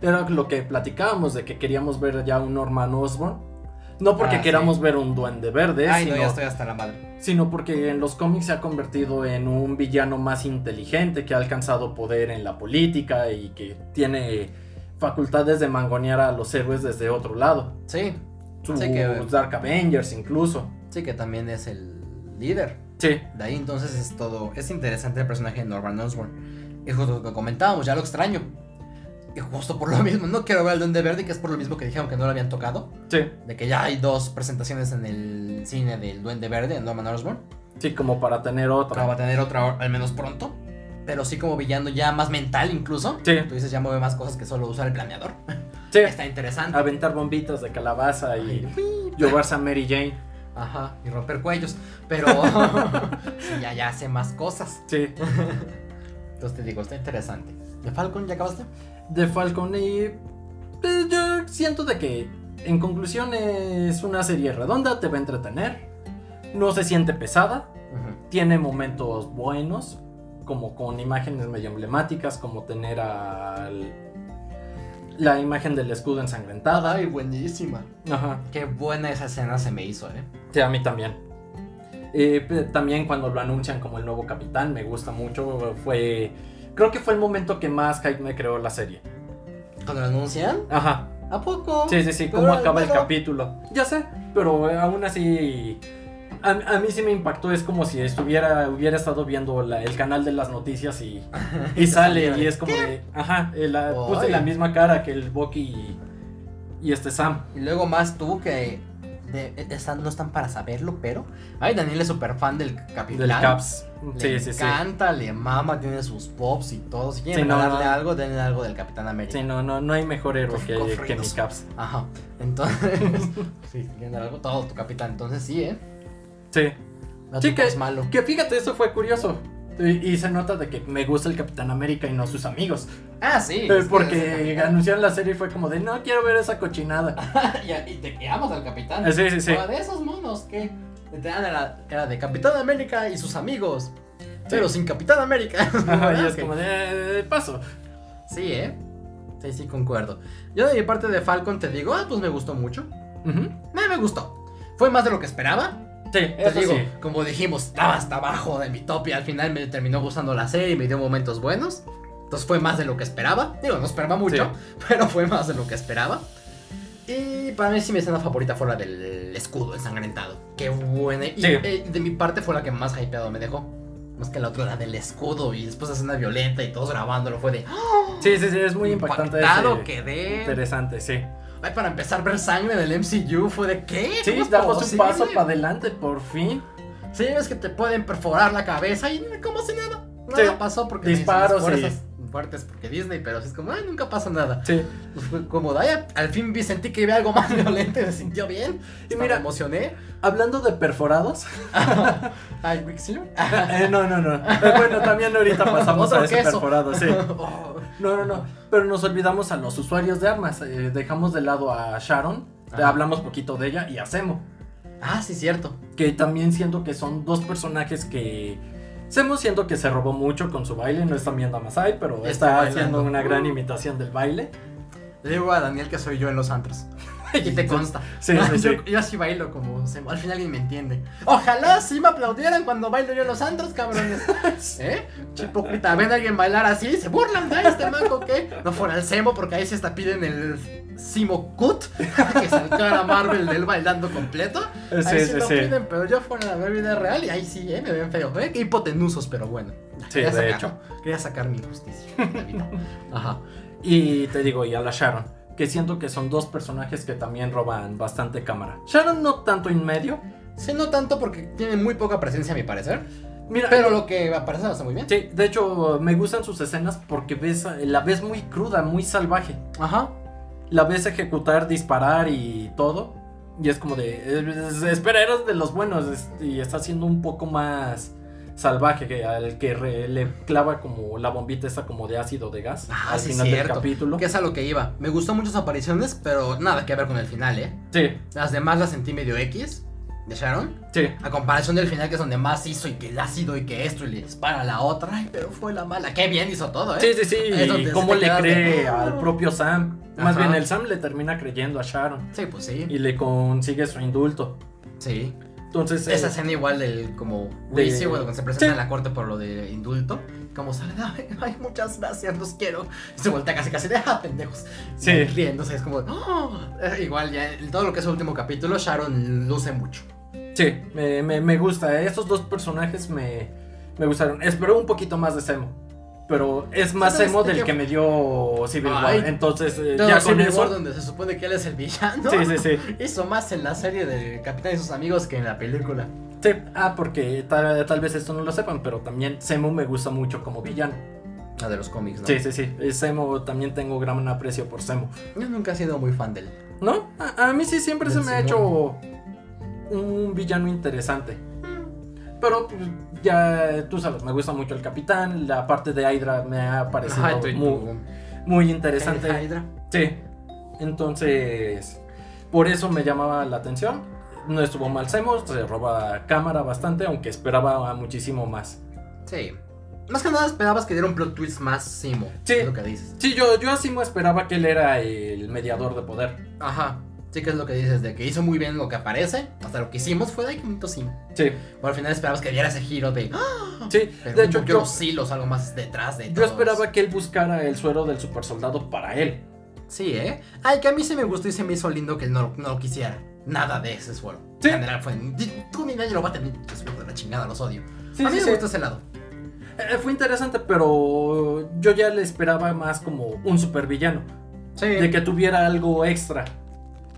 A: Era lo que platicábamos de que queríamos ver ya un Norman Osborn. No porque
B: Ah, sí.
A: queramos ver un duende verde,
B: Ay, no,
A: sino,
B: ya estoy hasta la madre.
A: sino porque en los cómics se ha convertido en un villano más inteligente que ha alcanzado poder en la política y que tiene facultades de mangonear a los héroes desde otro lado.
B: Sí,
A: Sus
B: Sí, que-
A: Dark Avengers incluso.
B: sí, que también es el líder.
A: Sí,
B: De ahí entonces es todo. Es interesante el personaje de Norman Osborn. Es justo lo que comentábamos, ya lo extraño. Y justo por lo mismo, no quiero ver al Duende Verde, que es por lo mismo que dijeron que no lo habían tocado.
A: sí,
B: De que ya hay dos presentaciones en el cine del Duende Verde, de Norman Osborn.
A: sí, como para tener
B: Pero va
A: otra.
B: a tener otra al menos pronto. Pero sí como villano ya más mental incluso.
A: Sí,
B: Tú dices ya mueve más cosas que solo usar el planeador.
A: sí. Ah.
B: Está interesante.
A: Aventar bombitas de calabaza y
B: Ay, uy.
A: llevarse a Mary Jane.
B: Ajá, y romper cuellos. Pero sí, ya, ya hace más cosas.
A: Sí.
B: Entonces te digo, está interesante. ¿De Falcon ya acabaste?
A: de Falcon y pues, yo siento de que en conclusión es una serie redonda, te va a entretener, no se siente pesada, tiene momentos buenos, como con imágenes medio emblemáticas, como tener al- la imagen del escudo ensangrentada.
B: Ay, buenísima.
A: Ajá,
B: Qué buena esa escena se me hizo, ¿eh?
A: sí, a mí también. Eh, pe- también cuando lo anuncian como el nuevo capitán, me gusta mucho, fue... Creo que fue el momento que más hype me creó la serie.
B: Cuando lo anuncian,
A: Ajá,
B: ¿a poco?
A: Sí, sí, sí,
B: Pero
A: cómo
B: era
A: acaba el
B: bueno.
A: capítulo. Ya sé, pero eh, aún así. A, a mí sí me impactó, es como si estuviera, hubiera estado viendo la- el canal de las noticias y, y sale, y es como de, ajá, eh, la-
B: Ay.
A: puse la misma cara que el Bucky y, y este Sam.
B: Y luego más tú que de- están- no están para saberlo, pero. Ay, Daniel es súper fan del capitán.
A: Del Caps. Sí,
B: Le
A: sí, sí.
B: encanta, le mama, tiene sus pops y todo. Si quieren
A: Sí, no,
B: darle
A: no.
B: algo, denle algo del Capitán América.
A: Sí, no, no, no hay mejor héroe que,
B: Con
A: que mi
B: fríos.
A: Caps.
B: Ajá. Entonces. sí, si quieren dar algo, todo tu capitán. Entonces sí, ¿eh?
A: Sí.
B: No
A: Sí,
B: te
A: que-
B: pongas malo.
A: Que fíjate, eso fue curioso. Y, y se nota de que me gusta el Capitán América y no sus amigos.
B: Ah,
A: Eh,
B: sí. es que eres el
A: porque
B: capitán.
A: anunciaron la serie y fue como de, no quiero ver esa cochinada.
B: y, y te quedamos al capitán.
A: Ah, Sí, sí, sí.
B: Como de esos monos que te dan era, era de Capitán América y sus amigos. Pero sin Capitán América.
A: Ajá, y
B: ¿Verdad
A: es
B: que-
A: como de "Eh, paso.
B: Sí, ¿eh? Sí, sí, concuerdo. Yo de mi parte de Falcon te digo, ah, pues me gustó mucho.
A: Ujú.
B: Me, me gustó. Fue más de lo que esperaba.
A: Sí,
B: Te
A: eso
B: digo,
A: sí.
B: como dijimos, estaba hasta abajo de mi top y al final me terminó gustando la serie y me dio momentos buenos. Entonces fue más de lo que esperaba. Digo, no esperaba mucho, pero fue más de lo que esperaba. Y para mí sí mi escena favorita fue la del escudo ensangrentado. Qué buena. Y
A: Sí.
B: eh, de mi parte fue la que más hypeado me dejó. Más que la otra, la del escudo. Y después la escena violenta y todos grabándolo. Fue de... ¡ah!
A: Sí, sí, sí, es muy impactante.
B: Impactado
A: ese-
B: quedé.
A: Interesante, sí.
B: Ay, para empezar, ver sangre en el MCU fue de qué.
A: Oh, Sí,
B: ¿Cómo es
A: damos un
B: posible?
A: paso para adelante, por fin.
B: Sí, es que te pueden perforar la cabeza y como si nada. Nada
A: Sí.
B: pasó porque
A: Disparos
B: Disney,
A: y-
B: fuerzas fuertes porque Disney, pero así es como, ay, nunca pasa nada.
A: Sí.
B: Pues fue como, ay, al fin vi, sentí que vi algo más violento y me sintió bien.
A: Y
B: Y
A: mira-
B: mira, me emocioné.
A: Hablando de perforados.
B: Ay, Quicksilver.
A: Eh, no, no, no. Eh, bueno, también ahorita pasamos
B: Otro
A: a ese
B: queso.
A: perforado, sí.
B: Oh,
A: No, no, no. Pero nos olvidamos a los usuarios de armas. eh, dejamos de lado a Sharon.
B: Ajá.
A: Hablamos poquito de ella y a Zemo.
B: Ah, sí, cierto.
A: Que también siento que son dos personajes que. Zemo siento que se robó mucho con su baile. No está viendo a Masai, pero
B: Está
A: está,
B: bailando.
A: haciendo una gran imitación del baile.
B: Le digo a Daniel que soy yo en los antros. Y te consta.
A: Sí, sí, sí.
B: Yo, yo así bailo como se- al final alguien me entiende. Ojalá sí me aplaudieran cuando bailo yo en los antros, cabrones. ¿Eh? Hipócrita, ven a alguien bailar así y se burlan de este manco que no fuera el Semo porque ahí sí está piden el Simo Cut que salcara a Marvel del bailando completo.
A: Sí,
B: Ahí sí,
A: sí,
B: lo
A: sí.
B: piden, pero yo fuera la vida real y ahí sí, eh, me ven feo. ¿eh? Qué hipotenusos, pero bueno.
A: Sí,
B: Quería
A: de
B: sacar-
A: hecho.
B: Quería sacar mi injusticia de la vida. Ajá.
A: Y te digo, y a la Sharon, que siento que son dos personajes que también roban bastante cámara. Sharon no tanto en medio.
B: Sí, no tanto porque tiene muy poca presencia a mi parecer.
A: Mira,
B: Pero lo que aparece lo hace muy bien.
A: sí, de hecho me gustan sus escenas porque ves, la ves muy cruda, muy salvaje.
B: Ajá.
A: La ves ejecutar, disparar y todo. Y es como de, "Eh, espera, eres de los buenos es- y está siendo un poco más salvaje que al que re- le clava como la bombita esa como de ácido de gas
B: Ah,
A: al
B: sí,
A: final
B: cierto.
A: del capítulo.
B: Que es a lo que iba. Me gustó mucho sus apariciones, pero nada que ver con el final, ¿eh?
A: Sí,
B: Las demás las sentí medio X de Sharon.
A: sí.
B: A comparación del final, que es donde más hizo y que el ácido y que esto y le dispara a la otra. Ay, pero fue la mala. Qué bien hizo todo, ¿eh?
A: Sí, sí, sí.
B: Es donde
A: Y
B: se
A: cómo
B: te
A: le
B: quedas de,
A: cree
B: "Ah".
A: al propio Sam. Más
B: Ajá.
A: bien, el Sam le termina creyendo a Sharon
B: Sí, pues sí.
A: y le consigue su indulto.
B: Sí.
A: Entonces, eh,
B: Esa escena igual del como
A: De-
B: Weezy, güey, cuando se presenta
A: Sí.
B: en la corte por lo de indulto. Como sale, ay, ay, muchas gracias, los quiero. Y se voltea casi casi de ah, pendejos.
A: Sí.
B: Y Riéndose, es como. "Oh". Eh, Igual ya en todo lo que es el último capítulo, Sharon luce mucho.
A: sí, me, me- me gusta. Esos dos personajes me, me gustaron. Espero un poquito más de Semo. Pero es más
B: ¿Sabes
A: Semo
B: de
A: del
B: qué?
A: que me dio Civil
B: Ay.
A: War. Entonces, eh,
B: Todo
A: ya
B: Civil
A: con
B: War,
A: eso.
B: donde se supone que él es el villano.
A: Sí, sí, sí,
B: Hizo más en la serie de Capitán y sus amigos que en la película.
A: Sí, Ah, porque tal, tal vez esto no lo sepan, pero también Semo me gusta mucho como villano.
B: La de los cómics, ¿no?
A: Sí, sí, sí. Eh, Semo, también tengo gran aprecio por Semo.
B: Yo nunca he sido muy fan del.
A: ¿No? A, a mí sí siempre se
B: Del
A: me ha hecho un villano interesante. Pero pues, ya tú sabes, me gusta mucho el capitán, la parte de Hydra me ha parecido
B: Ay, tú-
A: muy,
B: tú-
A: muy
B: Ay,
A: interesante.
B: Hydra.
A: Sí. Entonces, por eso me llamaba la atención. No estuvo mal Semos, se roba cámara bastante, aunque esperaba muchísimo más.
B: Sí. Más que nada esperabas que diera un plot twist más Simo.
A: Sí.
B: Es lo que dices.
A: Sí, yo, yo así me esperaba que él era el mediador de poder.
B: Ajá. Sí que es lo que dices, de que hizo muy bien lo que aparece. Hasta lo que hicimos fue de ay, qué bonito Simo.
A: Sí,
B: Bueno, al final esperabas que diera ese giro de. ¡Ah!
A: sí.
B: Pero
A: De hecho,
B: yo
A: yo,
B: sí los algo más detrás de
A: yo
B: todos.
A: esperaba que él buscara el suero del supersoldado para él.
B: Sí, ¿eh? Ay, que a mí se me gustó y se me hizo lindo que él no, no lo quisiera. Nada de ese suero.
A: Sí.
B: En general fue, "Di- tú ni nadie lo va a tener. Es de la chingada, los odio.
A: Sí,
B: a mí
A: sí,
B: me
A: sí.
B: gusta ese lado.
A: Eh, Fue interesante, pero yo ya le esperaba más como un supervillano.
B: Sí.
A: De que tuviera algo extra.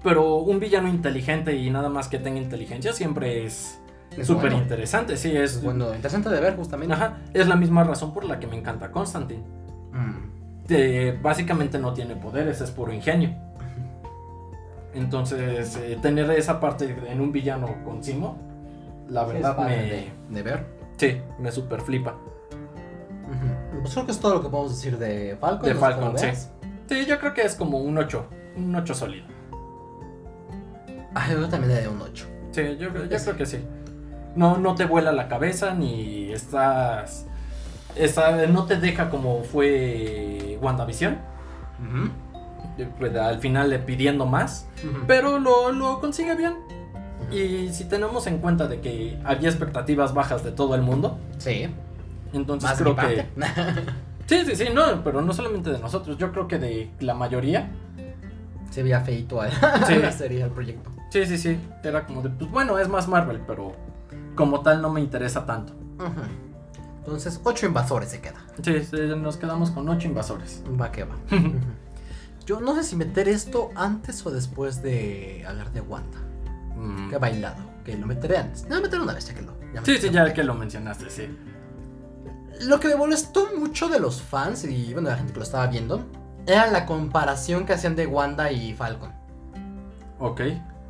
A: Pero un villano inteligente y nada más que tenga inteligencia siempre es súper
B: bueno.
A: interesante. Sí, es.
B: Es bueno, interesante de ver justamente.
A: Ajá, es la misma razón por la que me encanta Constantine.
B: Mm.
A: Eh, básicamente no tiene poderes, es puro ingenio. Entonces, eh, tener esa parte en un villano con Simo, la
B: Es
A: verdad
B: padre
A: me.
B: de, de ver.
A: Sí, me super flipa.
B: Ujú. Pues creo que es todo lo que podemos decir de Falcon.
A: De
B: no sé
A: Falcon,
B: cómo
A: sí.
B: veas.
A: Sí, yo creo que es como un 8. Un 8 sólido.
B: Ah, yo también le doy un 8.
A: Sí, yo, creo- yo creo que sí. No, no te vuela la cabeza ni estás. está- no te deja como fue WandaVision. eh, pues, Al final eh, pidiendo más. Pero lo, lo consigue bien. Y si tenemos en cuenta de que había expectativas bajas de todo el mundo,
B: Sí,
A: entonces
B: más
A: creo
B: mi
A: que.
B: parte.
A: Sí, sí, sí, no, pero no solamente de nosotros, yo creo que de la mayoría.
B: Se veía feito a
A: Sí.
B: la serie, al proyecto.
A: Sí, sí, sí. Era como de, pues bueno, es más Marvel, pero como tal no me interesa tanto.
B: Ujú. Entonces, 8 invasores se queda.
A: Sí, sí, nos quedamos con ocho invasores.
B: Va que va. Yo no sé si meter esto antes o después de hablar de Wanda.
A: Mm.
B: Que he bailado. Que lo meteré antes. No, meter una vez, ya que lo. ya me-
A: Sí, sí, ya que lo mencionaste, sí.
B: Lo que me molestó mucho de los fans y bueno, la gente que lo estaba viendo, era la comparación que hacían de Wanda y Falcon.
A: Ok.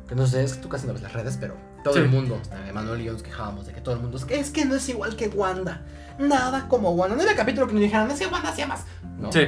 B: Que no sé, es que tú casi no ves las redes, pero todo
A: Sí.
B: el mundo, hasta Emanuel y yo nos quejábamos de que todo el mundo es que, es que no es igual que Wanda. Nada como Wanda. No era capítulo que nos dijeran, es que Wanda hacía más. No,
A: Sí.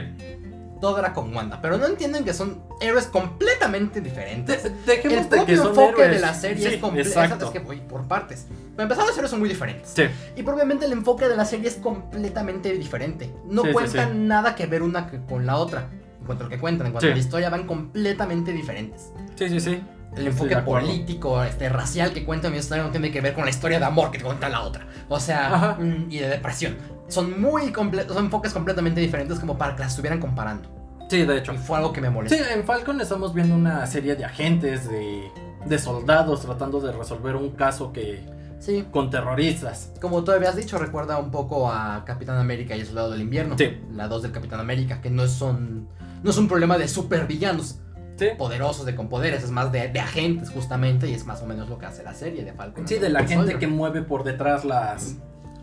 B: todo era con Wanda. Pero no entienden que son héroes completamente diferentes.
A: De- dejemos
B: El
A: de
B: propio
A: Este que son
B: enfoque
A: héroes.
B: de la serie
A: Sí,
B: es completamente.
A: Exacto.
B: Es que voy por partes. Para empezar, los héroes son muy diferentes.
A: Sí,
B: Y probablemente el enfoque de la serie es completamente diferente. No
A: Sí, sí,
B: cuentan
A: sí.
B: nada que ver una que- con la otra. En cuanto a lo que cuentan, en cuanto
A: Sí.
B: a la historia, van completamente diferentes.
A: sí, sí, sí. Estoy
B: El
A: de
B: enfoque
A: acuerdo.
B: político, este, racial que cuenta mi historia no tiene que ver con la historia de amor que cuenta la otra. O
A: Ajá.
B: sea, mm, y de depresión. Son muy comple- son enfoques completamente diferentes como para que las estuvieran comparando.
A: Sí, de hecho.
B: Y fue algo que me molestó.
A: Sí, en Falcon estamos viendo una serie de agentes, de, de soldados tratando de resolver un caso que
B: Sí.
A: con terroristas.
B: Como tú habías dicho, recuerda un poco a Capitán América y el Soldado del Invierno.
A: Sí.
B: La 2 del Capitán América, que no son. No es un problema de supervillanos
A: Sí.
B: poderosos, de con poderes, es más de, de agentes justamente, y es más o menos lo que hace la serie de Falcon.
A: Sí,
B: and
A: de la
B: Winter
A: gente
B: Soldier.
A: que mueve por detrás las,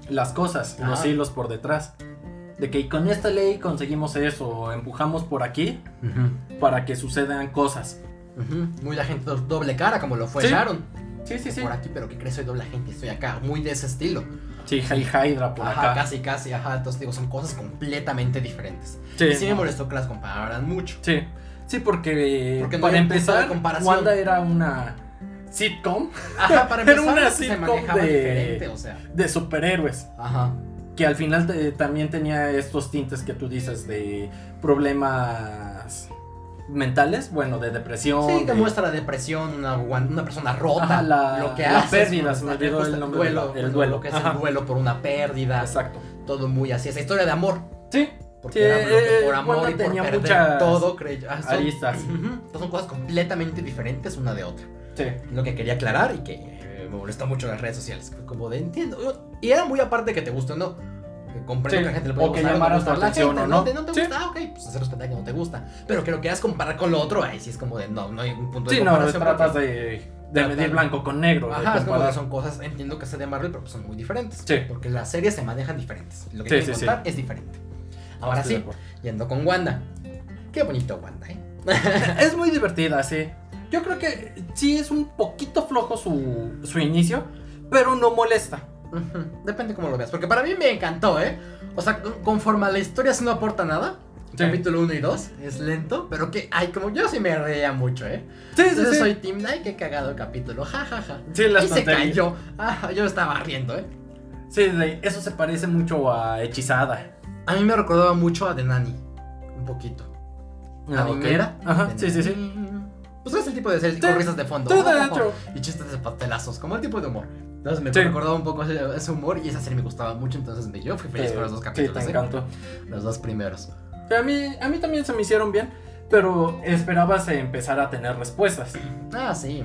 A: las cosas, los
B: Ajá.
A: hilos por detrás. De que con esta ley conseguimos eso, o empujamos por aquí
B: Ujú,
A: para que sucedan cosas.
B: ujú. Muy la gente do- doble cara, como lo fue
A: Sí.
B: Sharon.
A: Sí, sí, sí.
B: Por aquí, pero que crees soy doble agente, estoy acá, muy de ese estilo.
A: Sí, High Hydra por
B: Ajá,
A: acá.
B: casi, casi, ajá. Entonces digo, son cosas completamente diferentes.
A: Sí,
B: Y sí me molestó que las compararan mucho.
A: sí. Sí, porque,
B: Porque no
A: para
B: hay un punto de
A: empezar,
B: comparación.
A: Wanda era una sitcom
B: Ajá, para
A: Era
B: empezar,
A: una
B: se
A: sitcom
B: manejaba
A: de-
B: diferente, o sea.
A: de superhéroes.
B: Ajá.
A: que al final te- también tenía estos tintes que tú dices de problemas mentales, bueno, de depresión.
B: Sí, te
A: de-
B: muestra la depresión, una, guan- una persona rota,
A: Ajá, la-
B: lo que pues,
A: la
B: hace.
A: pérdida, se me olvidó el nombre de la- el duelo.
B: Lo que es
A: Ajá.
B: el duelo por una pérdida,
A: Exacto.
B: todo muy así. Esa historia de amor.
A: Sí,
B: Porque
A: Sí,
B: era lo que
A: eh,
B: por amor
A: Wanda
B: y por
A: tenía
B: perder
A: muchas
B: todo, creyó. ah, son-
A: aristas.
B: Ujú, pues son cosas completamente diferentes una de otra.
A: sí.
B: Lo que quería aclarar y que eh, me molesta mucho en las redes sociales. que Como de entiendo. yo- Y era muy aparte que te guste o no. que Comprendo
A: Sí,
B: que a la gente le
A: o
B: puede
A: que
B: gustar,
A: llamara
B: no te
A: su
B: gusta la
A: atención
B: gente,
A: o no.
B: no. te, no te
A: Sí.
B: gusta, ah, ok, pues hacer respetar que no te gusta. Pero que lo quieras comparar con lo otro, ahí sí es como de no, no hay un punto de
A: Sí, no,
B: comparación.
A: tratas
B: porque-
A: de, de
B: Tratar-
A: medir blanco con negro. de
B: Ajá, es como
A: comparar.
B: que son cosas, entiendo que sea de Marvel, pero pues son muy diferentes.
A: Sí.
B: Porque las series se manejan diferentes. Lo que
A: Sí,
B: quieren
A: sí, sí.
B: contar es diferente. Ahora
A: Estoy de
B: sí,
A: acuerdo.
B: yendo con Wanda. Qué bonito Wanda, ¿eh?
A: Es muy divertida, sí. Yo creo que sí es un poquito flojo su, su inicio, pero no molesta.
B: Ujú, Depende cómo lo veas. Porque para mí me encantó, ¿eh? O sea, con- conforme a la historia sí no aporta nada.
A: Sí.
B: Capítulo 1 y 2 es lento, pero que, ay, como yo sí me reía mucho, ¿eh?
A: Sí, sí,
B: Entonces
A: sí.
B: soy Team Night, qué cagado el capítulo, jajaja. Ja, ja.
A: Sí, las
B: Y se
A: tonterías.
B: cayó. Ah, yo estaba riendo, ¿eh?
A: Sí, de- eso se parece mucho a Hechizada.
B: A mí me recordaba mucho a The Nanny, un poquito.
A: Ah,
B: ¿La
A: ok.
B: niñera?
A: Ajá,
B: The
A: sí, sí, sí.
B: Nanny. Pues es el tipo de series
A: Sí.
B: con risas de fondo.
A: Sí, de
B: Ah,
A: hecho.
B: y chistes de pastelazos, como el tipo de humor. Entonces me
A: Sí.
B: recordaba un poco ese, ese humor y esa serie me gustaba mucho, entonces me, yo fui feliz con los dos capítulos.
A: Sí, te
B: ¿eh?
A: encantó.
B: Los dos primeros.
A: A mí, a mí también se me hicieron bien, pero esperabas eh, empezar a tener respuestas.
B: Ah, sí.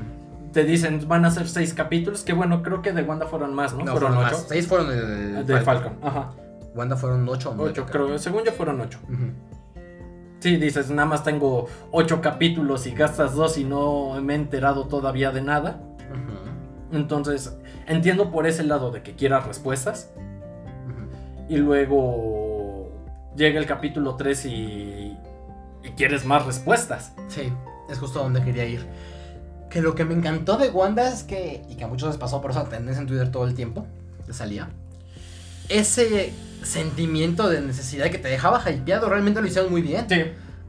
A: Te dicen, van a ser seis capítulos, que bueno, creo que de Wanda fueron más, ¿no?
B: No, fueron más. Seis fueron el.
A: De Falcon, ajá.
B: Wanda fueron ocho o nueve,
A: Ocho, creo. Según yo fueron ocho.
B: Ujú.
A: Sí, dices, nada más tengo ocho capítulos y gastas dos y no me he enterado todavía de nada.
B: Ujú.
A: Entonces, entiendo por ese lado de que quieras respuestas.
B: Ujú.
A: Y luego llega el capítulo tres y, y quieres más respuestas.
B: Sí, es justo donde quería ir. Que lo que me encantó de Wanda es que, y que a muchos les pasó por esa tendencia en Twitter todo el tiempo, que salía, ese sentimiento de necesidad que te dejaba hypeado, realmente lo hicieron muy bien.
A: Sí,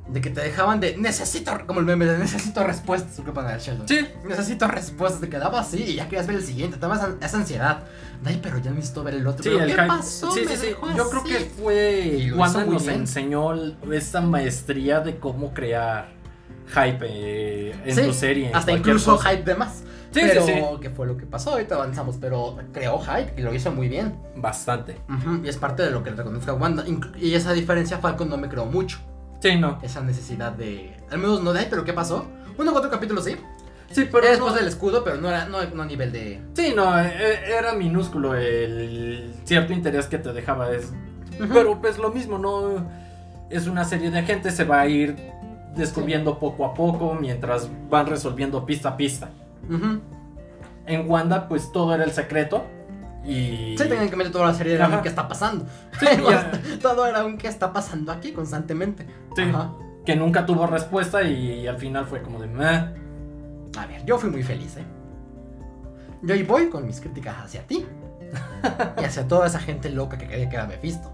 B: De que te dejaban de necesito, como el meme de necesito respuestas, su culpa de Sheldon.
A: sí,
B: Necesito respuestas, te quedaba así y ya querías ver el siguiente, te dabas an- esa ansiedad. Ay, pero ya necesito ver el otro.
A: Sí,
B: pero
A: el
B: ¿Qué
A: hype.
B: pasó?
A: Sí,
B: Me
A: sí, sí.
B: dejó
A: Yo creo
B: así.
A: que
B: Y
A: fue
B: lo
A: Wanda
B: hizo muy
A: nos
B: bien.
A: enseñó esta maestría de cómo crear hype eh, en
B: Sí,
A: tu serie. en
B: Hasta
A: cualquier
B: incluso
A: cosa.
B: hype de más.
A: Sí,
B: pero
A: sí, sí.
B: que fue lo que pasó, ahorita avanzamos, pero creó hype y lo hizo muy bien.
A: Bastante.
B: Ujú, Y es parte de lo que reconozco a Wanda. Inclu- Y esa diferencia Falcon no me creó mucho.
A: Sí, no.
B: Esa necesidad de... Al menos no de, "Ay, pero ¿qué pasó? Uno o cuatro capítulos, sí.
A: Sí, pero.
B: Era
A: no-
B: después del escudo, pero no, era, no, no a nivel de...
A: Sí, no, eh, eh, era minúsculo el cierto interés que te dejaba. Es...
B: Ujú.
A: Pero pues lo mismo, no. Es una serie de gente, se va a ir descubriendo poco a poco mientras van resolviendo pista a pista.
B: Ujú.
A: En Wanda, pues todo era el secreto. Y.
B: Sí, técnicamente toda la serie era
A: Ajá.
B: un qué está pasando.
A: Sí, ya.
B: Todo era un qué está pasando aquí constantemente.
A: Sí.
B: Ajá.
A: que nunca tuvo respuesta y al final fue como de. "Meh".
B: A ver, yo fui muy feliz, ¿eh? Yo ahí voy con mis críticas hacia ti. y hacia toda esa gente loca que creía que era Mephisto.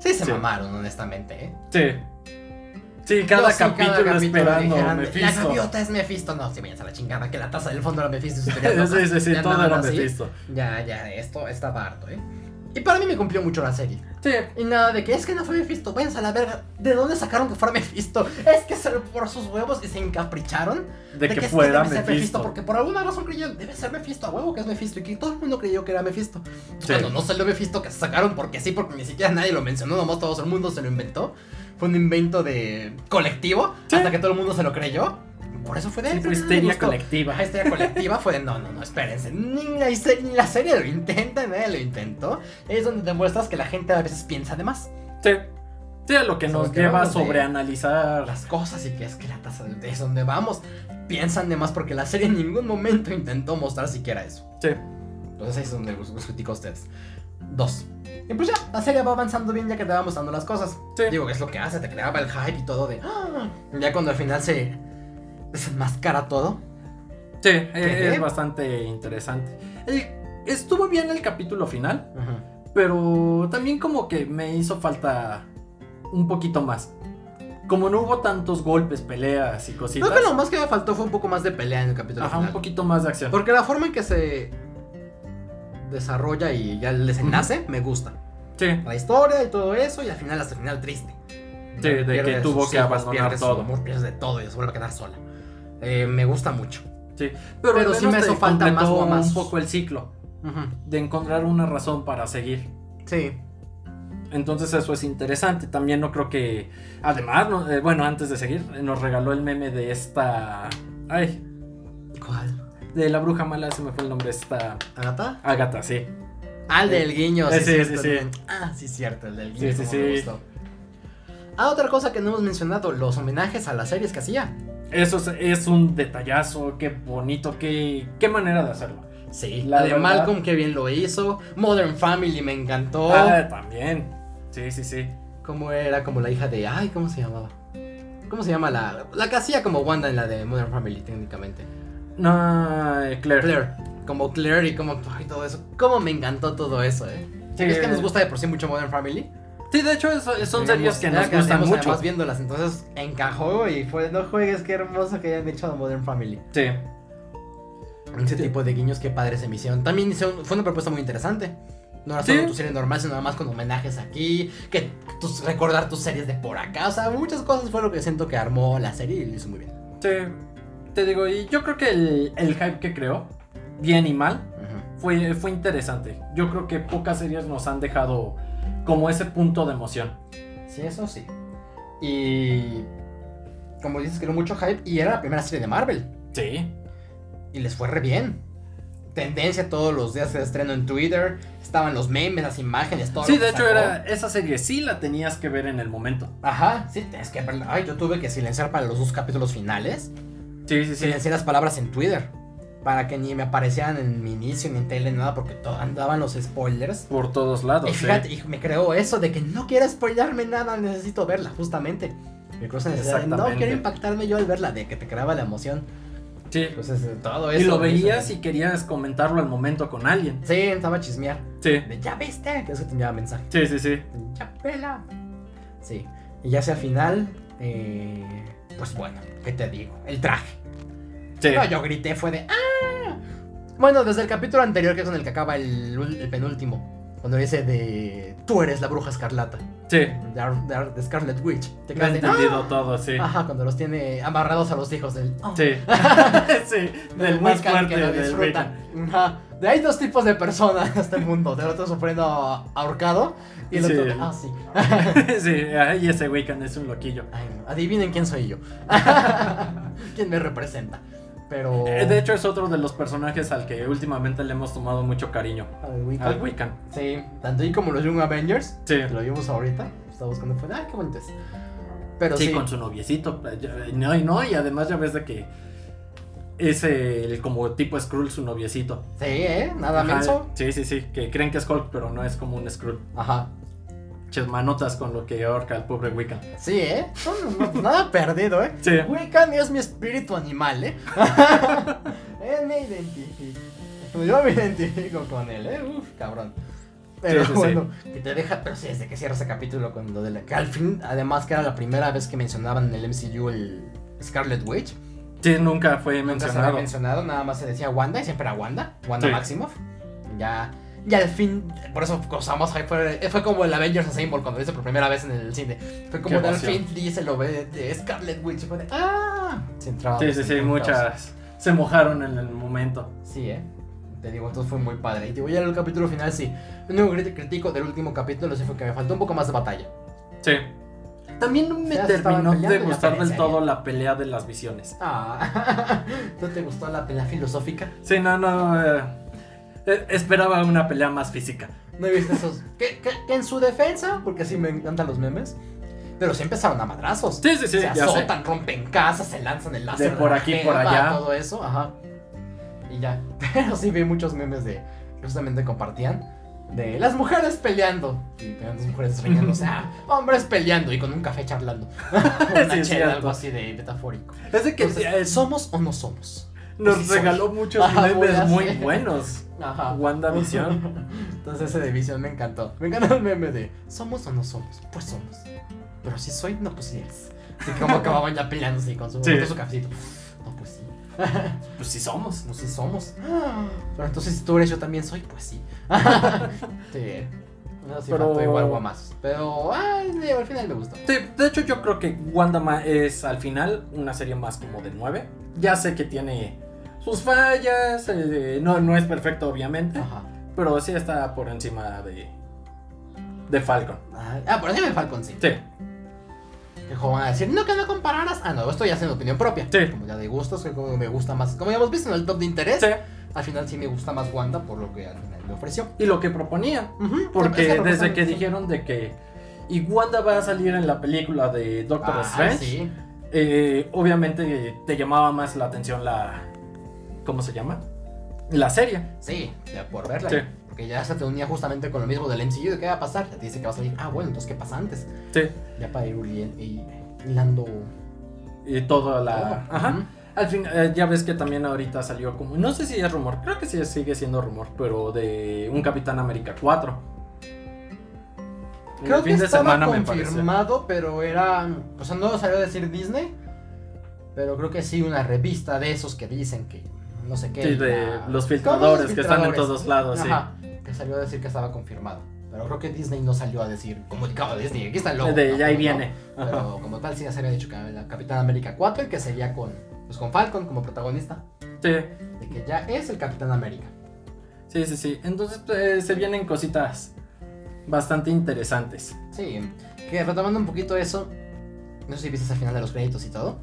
B: Sí, se
A: Sí.
B: mamaron, honestamente, ¿eh?
A: Sí. Sí, cada,
B: Yo sí,
A: capítulo, esperando
B: dijeran, La
A: Mephisto.
B: gaviota es Mephisto. No, si vayan a la chingada, que la taza del fondo era Mephisto. eso ya no-
A: Sí, sí, sí,
B: ya
A: todo
B: nada
A: era
B: más, ¿sí?
A: Mephisto.
B: Ya, ya, esto estaba harto, ¿eh? Y para mí me cumplió mucho la serie.
A: Sí,
B: Y nada de que es que no fue Mephisto, váyanse a la verga. ¿De dónde sacaron que fuera Mephisto? Es que se lo por sus huevos y se encapricharon
A: de, que,
B: es
A: fuera
B: debe ser
A: Mephisto.
B: Porque por alguna razón creyeron, debe ser Mephisto, a huevo que es Mephisto, y que todo el mundo creyó que era Mephisto.
A: Sí.
B: Cuando no salió Mephisto, que se sacaron porque sí, porque ni siquiera nadie lo mencionó, nomás todo el mundo se lo inventó. Fue un invento de colectivo,
A: Sí.
B: hasta que todo el mundo se lo creyó. Por eso fue de
A: Sí,
B: él.
A: fue histeria
B: colectiva.
A: colectiva.
B: Ajá, histeria colectiva fue de no, no, no, espérense. Ni la, his- ni la serie lo intenta, nadie lo intentó. Es donde demuestras que la gente a veces piensa de más.
A: Sí. Sí, a lo que
B: Se
A: nos
B: lo
A: lleva a
B: quedamos de-
A: sobreanalizar.
B: las cosas y que es que la tasa de- es donde vamos. Piensan de más porque la serie en ningún momento intentó mostrar siquiera eso.
A: Sí.
B: Entonces ahí es donde los los critico a ustedes. Dos. Y pues ya, la serie va avanzando bien ya que te va mostrando las cosas.
A: Sí.
B: Digo, que es lo que hace, te creaba el hype y todo de... "Ah". Ya cuando al final se desenmascara todo.
A: Sí, e-
B: ¿Qué?
A: es bastante interesante. El- estuvo bien el capítulo final, pero también como que me hizo falta un poquito más. Como no hubo tantos golpes, peleas y cositas.
B: Creo que lo más que me faltó fue un poco más de pelea en el capítulo
A: Ajá, un
B: final.
A: poquito más de acción.
B: Porque la forma en que se desarrolla y ya el desenlace me gusta.
A: Sí,
B: la historia y todo eso, y al final, hasta el final triste.
A: Sí, de
B: Pierde
A: que
B: sus
A: tuvo que
B: hijos,
A: abandonar
B: pierde su
A: todo.
B: amor, pierde todo y se vuelve a quedar sola. Eh, me gusta mucho.
A: sí.
B: Pero
A: al
B: sí
A: menos
B: me
A: te
B: hizo falta más
A: completó
B: guamazos.
A: un poco el ciclo de encontrar una razón para seguir.
B: Sí.
A: Entonces eso es interesante. También no creo que... Además, no- eh, bueno, antes de seguir, eh, nos regaló el meme de esta... Ay,
B: ¿Cuál?
A: de la bruja mala, se me fue el nombre, esta...
B: ¿Agata?
A: Agatha, sí.
B: Ah, el
A: Eh,
B: del guiño.
A: eh, sí,
B: cierto,
A: sí,
B: el-
A: sí.
B: Ah, sí, cierto, el del
A: Sí,
B: guiño.
A: sí,
B: como
A: sí.
B: me gustó. Ah, otra cosa que no hemos mencionado, los homenajes a las series que hacía.
A: Eso es, es un detallazo, qué bonito, qué, qué manera de hacerlo.
B: Sí,
A: La
B: la de
A: verdad.
B: Malcolm, que bien lo hizo. Modern Family me encantó.
A: Ah, también. Sí, sí, sí.
B: ¿Cómo era? Como la hija de. Ay, ¿cómo se llamaba? ¿Cómo se llama la. La que hacía como Wanda en la de Modern Family, técnicamente.
A: No, eh, Claire.
B: Claire. Como Claire y como ay, todo eso. ¿Cómo me encantó todo eso, eh?
A: Sí,
B: Es que nos gusta de por sí mucho Modern Family.
A: Sí, de hecho, eso- son
B: Teníamos-
A: series que
B: era
A: nos gustan
B: teníamos
A: mucho.
B: Además viéndolas, entonces encajó y fue, no juegues, qué hermoso que hayan hecho Modern Family.
A: Sí.
B: Ese
A: Sí.
B: tipo de guiños, qué padres se me hicieron. También hicieron- fue una propuesta muy interesante. No era solo
A: Sí.
B: tu serie normal, sino nada más con homenajes aquí, que tus- recordar tus series de por acá. O sea, muchas cosas fue lo que siento que armó la serie y lo hizo muy bien.
A: Te, te digo, y yo creo que el, el hype que creó, bien y mal,
B: Ujú.
A: fue, fue interesante. Yo creo que pocas series nos han dejado como ese punto de emoción.
B: Sí, eso sí. Y como dices, creó mucho hype y era la primera serie de Marvel.
A: Sí.
B: Y les fue re bien. Tendencia todos los días de estreno en Twitter. Estaban los memes, las imágenes, todo.
A: Sí,
B: lo que
A: de hecho
B: sacó.
A: era esa serie sí la tenías que ver en el momento.
B: Ajá, sí, es que verla. Ay, yo tuve que silenciar para los dos capítulos finales.
A: Sí, sí, sí.
B: Silencié las palabras en Twitter. Para que ni me aparecieran en mi inicio, ni en tele, nada, porque todo andaban los spoilers.
A: Por todos lados.
B: Y
A: sí.
B: fíjate, y me creó eso de que no quiero spoilarme nada, necesito verla, justamente. Me creo esa necesidad de, no
A: Exactamente.
B: quiero impactarme yo al verla, de que te creaba la emoción.
A: Sí.
B: Entonces, eh, todo eso.
A: Y lo
B: me hizo
A: veías
B: bien.
A: y querías comentarlo al momento con alguien.
B: Sí, estaba a chismear.
A: Sí.
B: De, ya viste, que eso te enviaba mensaje.
A: Sí, sí, sí.
B: Ya pela. Sí. Y ya sea final, eh, pues bueno, ¿qué te digo? El traje.
A: Sí.
B: No, yo grité, fue de ¡Ah! Bueno, desde el capítulo anterior, que es con el que acaba el, ul- el penúltimo, cuando dice de Tú eres la bruja escarlata,
A: Sí.
B: de, Ar- de Ar- de Scarlet Witch.
A: Lo he
B: Te quedas de,
A: entendido
B: "Ah".
A: todo, sí.
B: Ajá, cuando los tiene amarrados a los hijos del. "Oh,
A: Sí. sí. Del más
B: Wiccan
A: fuerte
B: que lo
A: del
B: disfrutan.
A: Wiccan.
B: Ajá. De hay dos tipos de personas en este mundo. Del otro sufriendo ahorcado y el
A: Sí.
B: otro. de, Ah, sí.
A: sí, ay, ese Wiccan es un loquillo.
B: Ay, no. Adivinen quién soy yo. ¿Quién me representa? Pero.
A: Eh, De hecho, es otro de los personajes al que últimamente le hemos tomado mucho cariño.
B: Al Wiccan.
A: Al Wiccan.
B: Sí, tanto ahí como los Young Avengers,
A: Sí.
B: que lo vimos ahorita, estaba buscando fue, ah, qué bonito es. Pero
A: sí,
B: sí.
A: con su noviecito. ya- No, y no, y además ya ves de que es el como tipo Skrull su noviecito.
B: Sí, ¿eh? Nada
A: Ajá,
B: menso.
A: Sí, sí, sí, que creen que es Hulk, pero no es como un Skrull.
B: Ajá.
A: Ches manotas con lo que ahorca al pobre Wiccan.
B: Sí, ¿eh? No, no, no, nada perdido, ¿eh?
A: Sí.
B: Wiccan es mi espíritu animal, ¿eh? él me identifica. Yo me identifico con él, ¿eh? Uf, cabrón. Pero
A: Sí, sí, sí.
B: bueno, que te deja, pero sí, desde que cierra ese capítulo con lo de la... Que al fin, además que era la primera vez que mencionaban en el MCU el Scarlet Witch.
A: Sí, nunca fue
B: Nunca se había
A: mencionado.
B: mencionado, nada más se decía Wanda y siempre era Wanda, Wanda
A: Sí.
B: Maximoff. Ya, y al fin, por eso causamos hype, fue, fue como el Avengers Assemble cuando lo hice por primera vez en el cine. Fue como
A: Qué
B: de al
A: emoción.
B: fin y se lo ve de Scarlet Witch, fue de ¡ah! Se entraba
A: Sí, sí, sí,
B: en caos.
A: muchas se mojaron en el momento.
B: Sí, eh. Te digo, entonces fue muy padre. Y te voy al capítulo final, sí. Lo único que critico del último capítulo sí fue que me faltó un poco más de batalla.
A: Sí. También no me
B: Ya se estaban
A: terminó de
B: peleando y la
A: gustar
B: pelea
A: del
B: seria.
A: todo la pelea de las visiones.
B: Ah, ¿no te gustó la pelea filosófica?
A: Sí, no, no. eh, eh, esperaba una pelea más física.
B: ¿No viste esos? Que, que- que en su defensa, porque así me encantan los memes, pero sí empezaron a madrazos.
A: Sí, sí, sí,
B: se
A: ya sé.
B: azotan, rompen casas, se lanzan el láser.
A: De por
B: la
A: aquí, por
B: jeta,
A: allá.
B: Todo eso, ajá. Y ya. Pero sí vi muchos memes de. Justamente compartían. De las mujeres peleando. Y vean las mujeres riñándose. ah, hombres peleando y con un café charlando. Una
A: Sí, es
B: chela,
A: cierto.
B: algo así de metafórico.
A: Es de que
B: Entonces,
A: eh,
B: ¿somos o no somos?
A: nos
B: Pues, sí soy.
A: regaló muchos
B: Ajá, voy a
A: memes muy
B: hacer. Ah.
A: buenos.
B: Ajá.
A: WandaVision.
B: Entonces ese de Vision me encantó. Me encantó el meme de ¿Somos o no somos? Pues somos. Pero si soy, no pues sí eres. Así como acababan ya peleándose con su,
A: Sí.
B: con su cafecito. No pues sí.
A: Pues sí somos.
B: Pues sí somos. Pero entonces si tú eres yo también soy, pues sí. sí. No, sí
A: Pero- ¿Eh?
B: faltó igual guamazos. Pero ay, sí, al final me gustó.
A: Sí, de hecho yo creo que Wandama es al final una serie más como de 9. Ya sé que tiene sus fallas, eh, no, no es perfecto obviamente,
B: Ajá.
A: pero sí está por encima de, de Falcon.
B: Ay, Ah, por encima de Falcon sí.
A: Sí,
B: Que como van a decir, no que no compararas. Ah, no, esto ya es en opinión propia.
A: Sí.
B: Como ya de gustos, que como me gusta más. Como ya hemos visto en el top de interés.
A: sí,
B: Al final sí me gusta más Wanda por lo que al final me ofreció.
A: y lo que proponía,
B: Ujú,
A: porque
B: es lo
A: desde que
B: sí.
A: dijeron de que y Wanda va a salir en la película de Doctor
B: Ah,
A: Strange,
B: sí.
A: eh, obviamente te llamaba más la atención la... ¿Cómo se llama? La serie.
B: Sí, ya por verla.
A: Sí.
B: Porque ya se te unía justamente con lo mismo del MCU. ¿De qué va a pasar? Ya te dice que va a salir. Ah, bueno, entonces ¿qué pasa antes?
A: Sí,
B: Ya para ir hil- y- hilando.
A: y toda la...
B: todo.
A: Ah, Ajá.
B: Oh, Ujú.
A: Al fin, eh, ya ves que también ahorita salió como, no sé si es rumor, creo que sí sigue siendo rumor, pero de un Capitán América 4. El
B: Creo que estaba
A: parece.
B: confirmado, pero era. O sea, no salió a decir Disney. Pero creo que sí, una revista de esos que dicen que. No sé qué.
A: Sí, de
B: la-
A: los
B: ¿Cómo
A: filtradores que están en
B: filtradores?
A: todos lados,
B: Ajá, que salió a decir que estaba confirmado. Pero creo que Disney no salió a decir, comunicado de Disney, aquí está el
A: sí.
B: logo.
A: De
B: ¿no?
A: ya ahí
B: ¿no?
A: viene. Ajá.
B: Pero como tal sí ya se había dicho que la Capitán América 4 y que sería con, pues, con Falcon como protagonista.
A: Sí,
B: De que ya es el Capitán América.
A: sí, sí, sí. Entonces pues, se vienen cositas bastante interesantes.
B: Sí, que retomando un poquito eso, no sé si viste al final de los créditos y todo.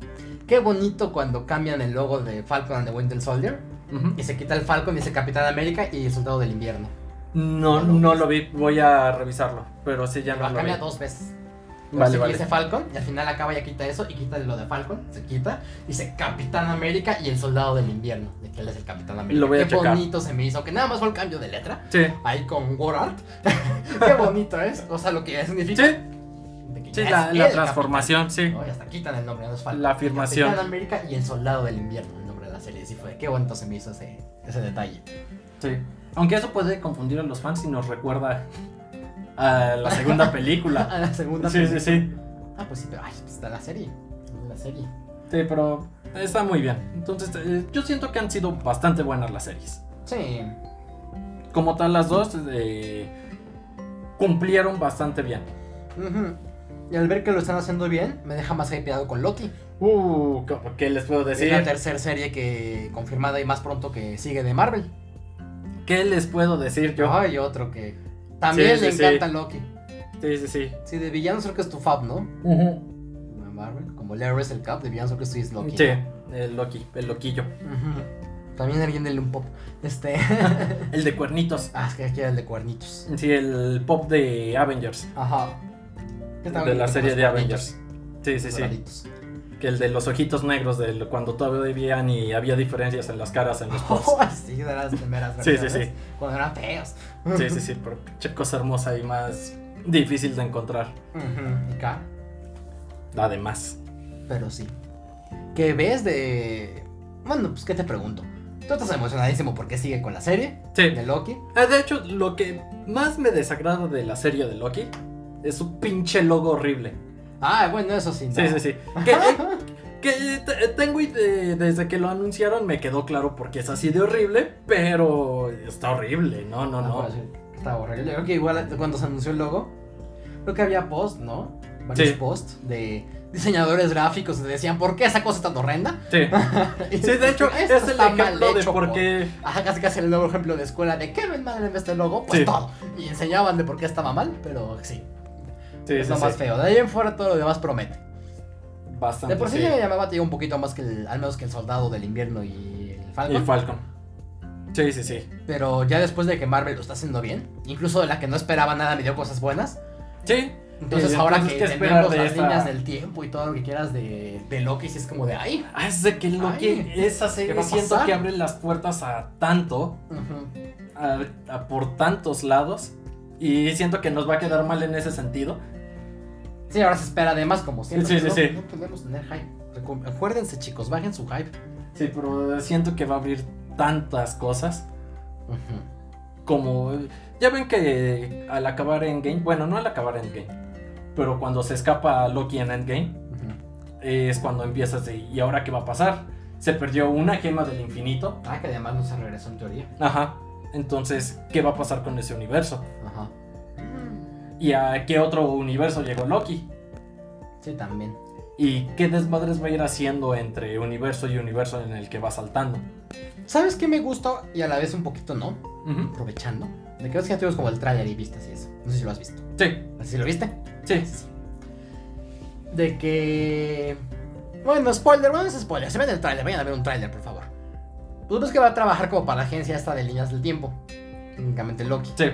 B: Qué bonito cuando cambian el logo de Falcon and the Winter Soldier
A: Ujú.
B: y se quita el Falcon y dice Capitán América y el Soldado del Invierno.
A: No,
B: Ya lo
A: no lo vi, voy a revisarlo, pero sí ya no
B: Lo
A: lo vi.
B: cambia dos veces.
A: Vale,
B: Pues se
A: vale.
B: dice Falcon y al final acaba ya quita eso y quita lo de Falcon, se quita, dice Capitán América y el Soldado del Invierno, de que él es el Capitán América.
A: Lo voy a
B: Qué
A: checar.
B: bonito se me hizo, que nada más fue el cambio de letra,
A: Sí,
B: ahí con War Art. Qué bonito es, o sea, lo que significa.
A: sí,
B: de que
A: sí,
B: ya
A: la,
B: es
A: la
B: el
A: transformación, sí.
B: Capitán, ¿no? Y hasta quitan el nombre, ya no es Falcon.
A: La afirmación.
B: Capitán América y el Soldado del Invierno, el nombre de la serie, sí fue, qué bonito se me hizo ese, ese detalle.
A: Sí. Aunque eso puede confundir a los fans y nos recuerda a la segunda película.
B: A la segunda.
A: sí, sí, sí.
B: Ah, pues sí, pero ay, pues está la serie, la serie.
A: Sí, pero está muy bien. Entonces, eh, yo siento que han sido bastante buenas las series.
B: Sí,
A: Como tal, las dos eh, cumplieron bastante bien.
B: Ujú. Y al ver que lo están haciendo bien, me deja más hypeado con Loki.
A: Uh, ¿cómo- ¿qué les puedo
B: Es la
A: decir?
B: tercera serie que confirmada y más pronto que sigue de Marvel.
A: ¿Qué les puedo decir yo?
B: Ay, otro que también
A: Sí,
B: le
A: sí, sí.
B: encanta Loki.
A: Sí, sí, sí.
B: Sí, de villanos creo que es tu fab, ¿no?
A: Ujú.
B: De Marvel, como Larry es el cap, de villanos creo que esto es Loki.
A: Sí, el Loki, el loquillo.
B: Ujú. También alguien del un pop. Este.
A: El de cuernitos.
B: ah, es que aquí era el de cuernitos.
A: Sí, el pop de Avengers.
B: Ajá. Que también
A: De la
B: creo
A: serie
B: que los
A: de
B: cuernitos.
A: Avengers. Sí, sí, sí.
B: doraditos.
A: Que el de los ojitos negros, de lo- cuando todavía vivían y había diferencias en las caras en los posts.
B: Ay, sí, de las primeras
A: Sí, sí,
B: versiones,
A: sí.
B: Cuando eran feos.
A: Sí, sí, sí, por pinche cosa hermosa y más difícil de encontrar.
B: Ujú, y acá,
A: Además.
B: pero sí. ¿Qué ves de...? Bueno, pues, ¿qué te pregunto? Tú estás emocionadísimo porque sigue con la serie
A: Sí.
B: de Loki.
A: Ah, De hecho, lo que más me desagrada de la serie de Loki es su pinche logo horrible.
B: Ah, bueno, eso sí.
A: Sí, sí, sí. Que, eh, que te- tengo y de- desde que lo anunciaron me quedó claro porque es así de horrible, pero está horrible. No, no,
B: Ah,
A: no.
B: pues, Estaba horrible. Yo creo que igual cuando se anunció el logo, creo que había post, ¿no? Varios
A: Sí.
B: posts de diseñadores gráficos que decían, ¿por qué esa cosa tan horrenda?
A: Sí, sí de hecho,
B: Esto
A: es el
B: está mal
A: ejemplo de
B: hecho,
A: por qué.
B: Ajá, casi casi el nuevo ejemplo de escuela de qué ven madre este logo, pues
A: Sí.
B: todo. Y enseñaban de por qué estaba mal, pero sí,
A: Sí,
B: es
A: sí,
B: lo más
A: sí.
B: feo. De ahí en fuera todo lo demás promete.
A: Bastante.
B: De por sí,
A: sí.
B: ya me llamaba tío un poquito más que el, al menos que el soldado del invierno y el
A: Y
B: Falcon.
A: Falcon. Sí, sí, sí.
B: pero ya después de que Marvel lo está haciendo bien, incluso de la que no esperaba nada me dio cosas buenas.
A: Sí.
B: Entonces
A: Y
B: ahora
A: entonces,
B: que
A: ¿qué esperar
B: tenemos
A: de
B: las
A: esta-
B: líneas del tiempo y todo lo que quieras de, de Loki, si es como de ay.
A: Ah, es de que Loki,
B: Ay,
A: esa
B: va
A: serie
B: a
A: siento
B: pasar?
A: que abre las puertas a tanto. a- a por tantos lados y siento que nos va a quedar mal en ese sentido.
B: Sí, ahora se espera además como siempre.
A: Sí, sí,
B: no,
A: sí.
B: no podemos tener hype. Recu- Acuérdense chicos, bajen su hype.
A: Sí, pero siento que va a abrir tantas cosas como ya ven que al acabar Endgame, bueno, no al acabar Endgame, pero cuando se escapa Loki en Endgame
B: Ujú.
A: es cuando empiezas de ¿y ahora qué va a pasar? Se perdió una gema del infinito.
B: Ah, que además no se regresó en teoría.
A: Ajá. Entonces, ¿qué va a pasar con ese universo?
B: Ajá.
A: ¿Y a qué otro universo llegó Loki?
B: Sí, también.
A: ¿Y qué desmadres va a ir haciendo entre universo y universo en el que va saltando?
B: ¿Sabes qué me gusta y a la vez un poquito no?
A: Ujú.
B: Aprovechando. De que ves que ya tuvimos como el trailer y viste así eso. No sé si lo has visto.
A: Sí,
B: ¿Así lo viste?
A: sí.
B: De que. Bueno, spoiler, bueno, es spoiler. Se ven el tráiler, vayan a ver un tráiler, por favor. Pues ves que va a trabajar como para la agencia esta de líneas del tiempo. Técnicamente Loki.
A: Sí.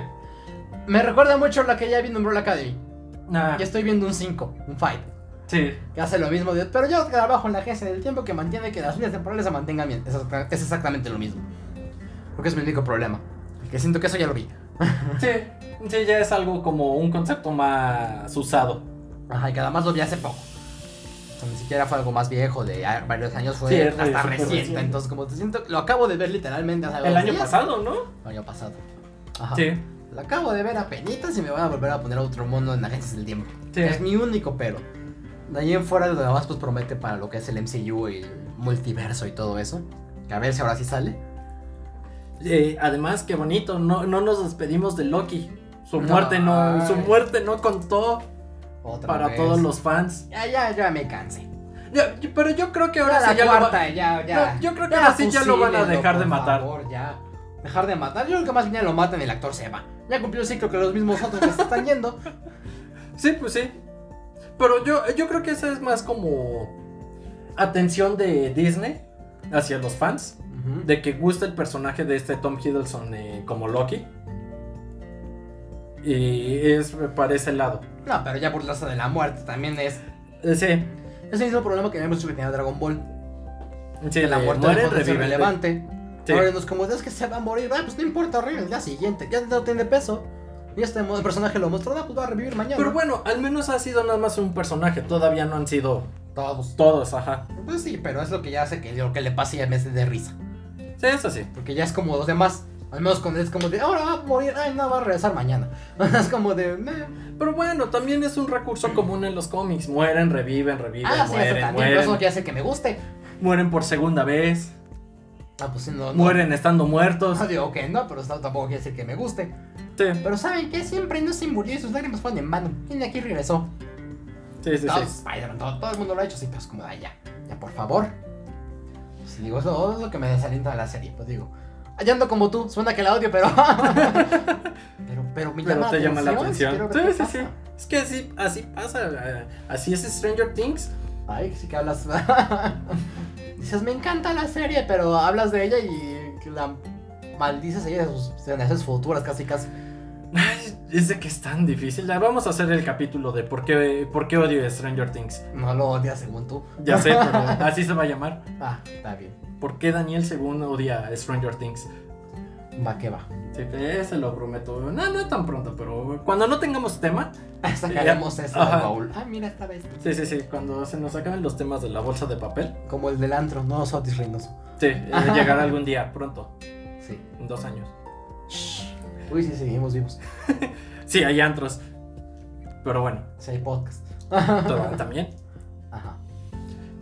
B: Me recuerda mucho a la que ya vi en Umbrella Academy.
A: Ah,
B: Ya estoy viendo un 5, un 5.
A: sí.
B: Que hace lo mismo, de- pero yo trabajo en la agencia del tiempo que mantiene que las líneas temporales se mantengan bien. Es, exacta- es exactamente lo mismo. Porque es mi único problema. Que siento que eso ya lo vi.
A: Sí. Sí, ya es algo como un concepto más usado.
B: Ajá, y que además lo vi hace poco. O sea, ni siquiera fue algo más viejo, de ah, varios años, fue
A: Sí, es
B: hasta
A: re- súper
B: reciente.
A: reciente.
B: Entonces, como te siento, lo acabo de ver literalmente hace
A: El
B: dos
A: año
B: días.
A: pasado, ¿no?
B: El año pasado. Ajá.
A: Sí.
B: Lo acabo de ver apenas y me van a volver a poner otro mono en Agencias del Tiempo.
A: Sí.
B: Es mi único pero. De ahí en fuera, lo demás, pues promete para lo que es el MCU y el multiverso y todo eso. Que a ver si ahora sí sale.
A: Eh, además, qué bonito, no, no nos despedimos de Loki. Su
B: No.
A: muerte no, su muerte no contó
B: Otra
A: para
B: vez.
A: todos los fans.
B: Ya, ya, ya me cansé.
A: Ya, yo- pero yo creo que ahora
B: Ahora
A: sí ya
B: la
A: lo va-
B: cuarta, ya, ya.
A: No, yo creo que ahora sí ya lo van a
B: fusílenlo,
A: dejar de
B: por
A: matar.
B: favor, ya. Dejar de matar. Yo creo que más bien ya lo matan y el actor se va. Ya cumplió el ciclo que los mismos otros que se están yendo.
A: Sí, pues sí. Pero yo, yo creo que esa es más como atención de Disney hacia los fans. de que gusta el personaje de este Tom Hiddleston eh, como Loki. Y es para ese lado.
B: No, pero ya burlarse de la muerte también es.
A: Eh, sí,
B: Es el mismo problema que habíamos dicho que tenía Dragon Ball.
A: sí,
B: Que la
A: de
B: muerte
A: mueren,
B: dejó de ser
A: reviven.
B: relevante.
A: Eh, Sí,
B: Ahora nos como, es que se va a morir. Ah, pues no importa, horrible. El día siguiente ya no tiene peso. Y este mo- personaje lo mostró. Ah, pues va a revivir mañana.
A: Pero bueno, al menos ha sido nada más un personaje. Todavía no han sido
B: Todos.
A: todos, ajá.
B: Pues sí, pero es lo que ya hace que lo que le pase ya me hace de risa.
A: Sí, eso sí.
B: Porque ya es como los demás. Al menos cuando es como de, ahora va a morir, ay, no, va a regresar mañana. es como de, meh.
A: Pero bueno, también es un recurso común en los cómics. Mueren, reviven, reviven,
B: ah, sí, eso
A: mueren,
B: también, pero
A: mueren.
B: eso es lo que hace que me guste.
A: Mueren por segunda vez.
B: Ah, pues sí, no, Ah. no.
A: Mueren estando muertos.
B: No digo que no, pero eso tampoco quiere decir que me guste.
A: Sí,
B: Pero ¿saben qué? Siempre no se murió y sus lágrimas fueron en mano. ¿Quién de aquí regresó?
A: sí, sí.
B: Todos,
A: sí.
B: Spider-Man, todo, todo el mundo lo ha hecho, sí, pero es como, ay, ya, ya, por favor. Pues digo, es lo, es lo que me desalienta de la serie, pues digo. Allá ando como tú, suena que la odio, pero... pero, pero me
A: Pero
B: llama
A: te
B: la
A: llama la atención.
B: quiero ver
A: Sí,
B: qué
A: sí,
B: pasa.
A: sí. Es que así, así pasa. eh, Así es Stranger Things.
B: Ay, sí que hablas. Dices, me encanta la serie, pero hablas de ella y que la maldices a ella de sus generaciones futuras, casi casi.
A: Ay, Es de que es tan difícil. Ya, Vamos a hacer el capítulo de por qué, por qué odio Stranger Things.
B: No lo odias según tú.
A: Ya sé, pero así se va a llamar.
B: Ah, está bien.
A: ¿Por qué Daniel según odia a Stranger Things?
B: Va que va.
A: Sí, ese lo prometo. No, no tan pronto, pero cuando no tengamos tema.
B: Sacaremos eso
A: Ajá.
B: del baúl. Ah, mira esta vez.
A: Sí, sí, sí. Cuando se nos acaben los temas de la bolsa de papel.
B: Como el del antro, no los otis reinos.
A: Sí, eh,
B: Ajá.
A: llegará algún día, pronto,
B: Sí.
A: en dos años.
B: Uy, sí, seguimos vivos.
A: Sí, hay antros. Pero bueno,
B: Sí, hay podcast.
A: todo- también.
B: Ajá.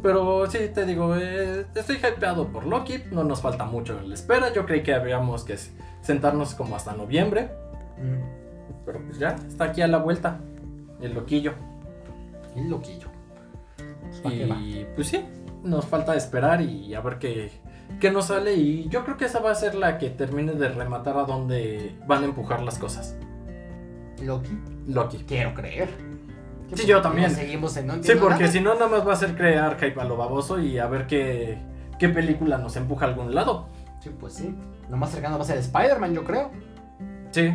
A: Pero sí, te digo, eh, estoy hypeado por Loki. No nos falta mucho en la espera. Yo creí que habríamos que sentarnos como hasta noviembre.
B: Mm,
A: Pero pues ya, está aquí a la vuelta. El loquillo.
B: Y loquillo. Va que va.
A: Y pues sí, nos falta esperar y a ver qué, qué nos sale. Y yo creo que esa va a ser la que termine de rematar a donde van a empujar las cosas.
B: Loki.
A: Loki.
B: Quiero creer.
A: Sí, yo también.
B: No Seguimos en no
A: Sí,
B: entiendo
A: porque
B: nada.
A: si no, nada más va a ser crear hype a lo baboso y a ver qué, qué película nos empuja a algún lado.
B: Sí, pues sí. Lo más cercano va a ser Spider-Man, yo creo.
A: Sí,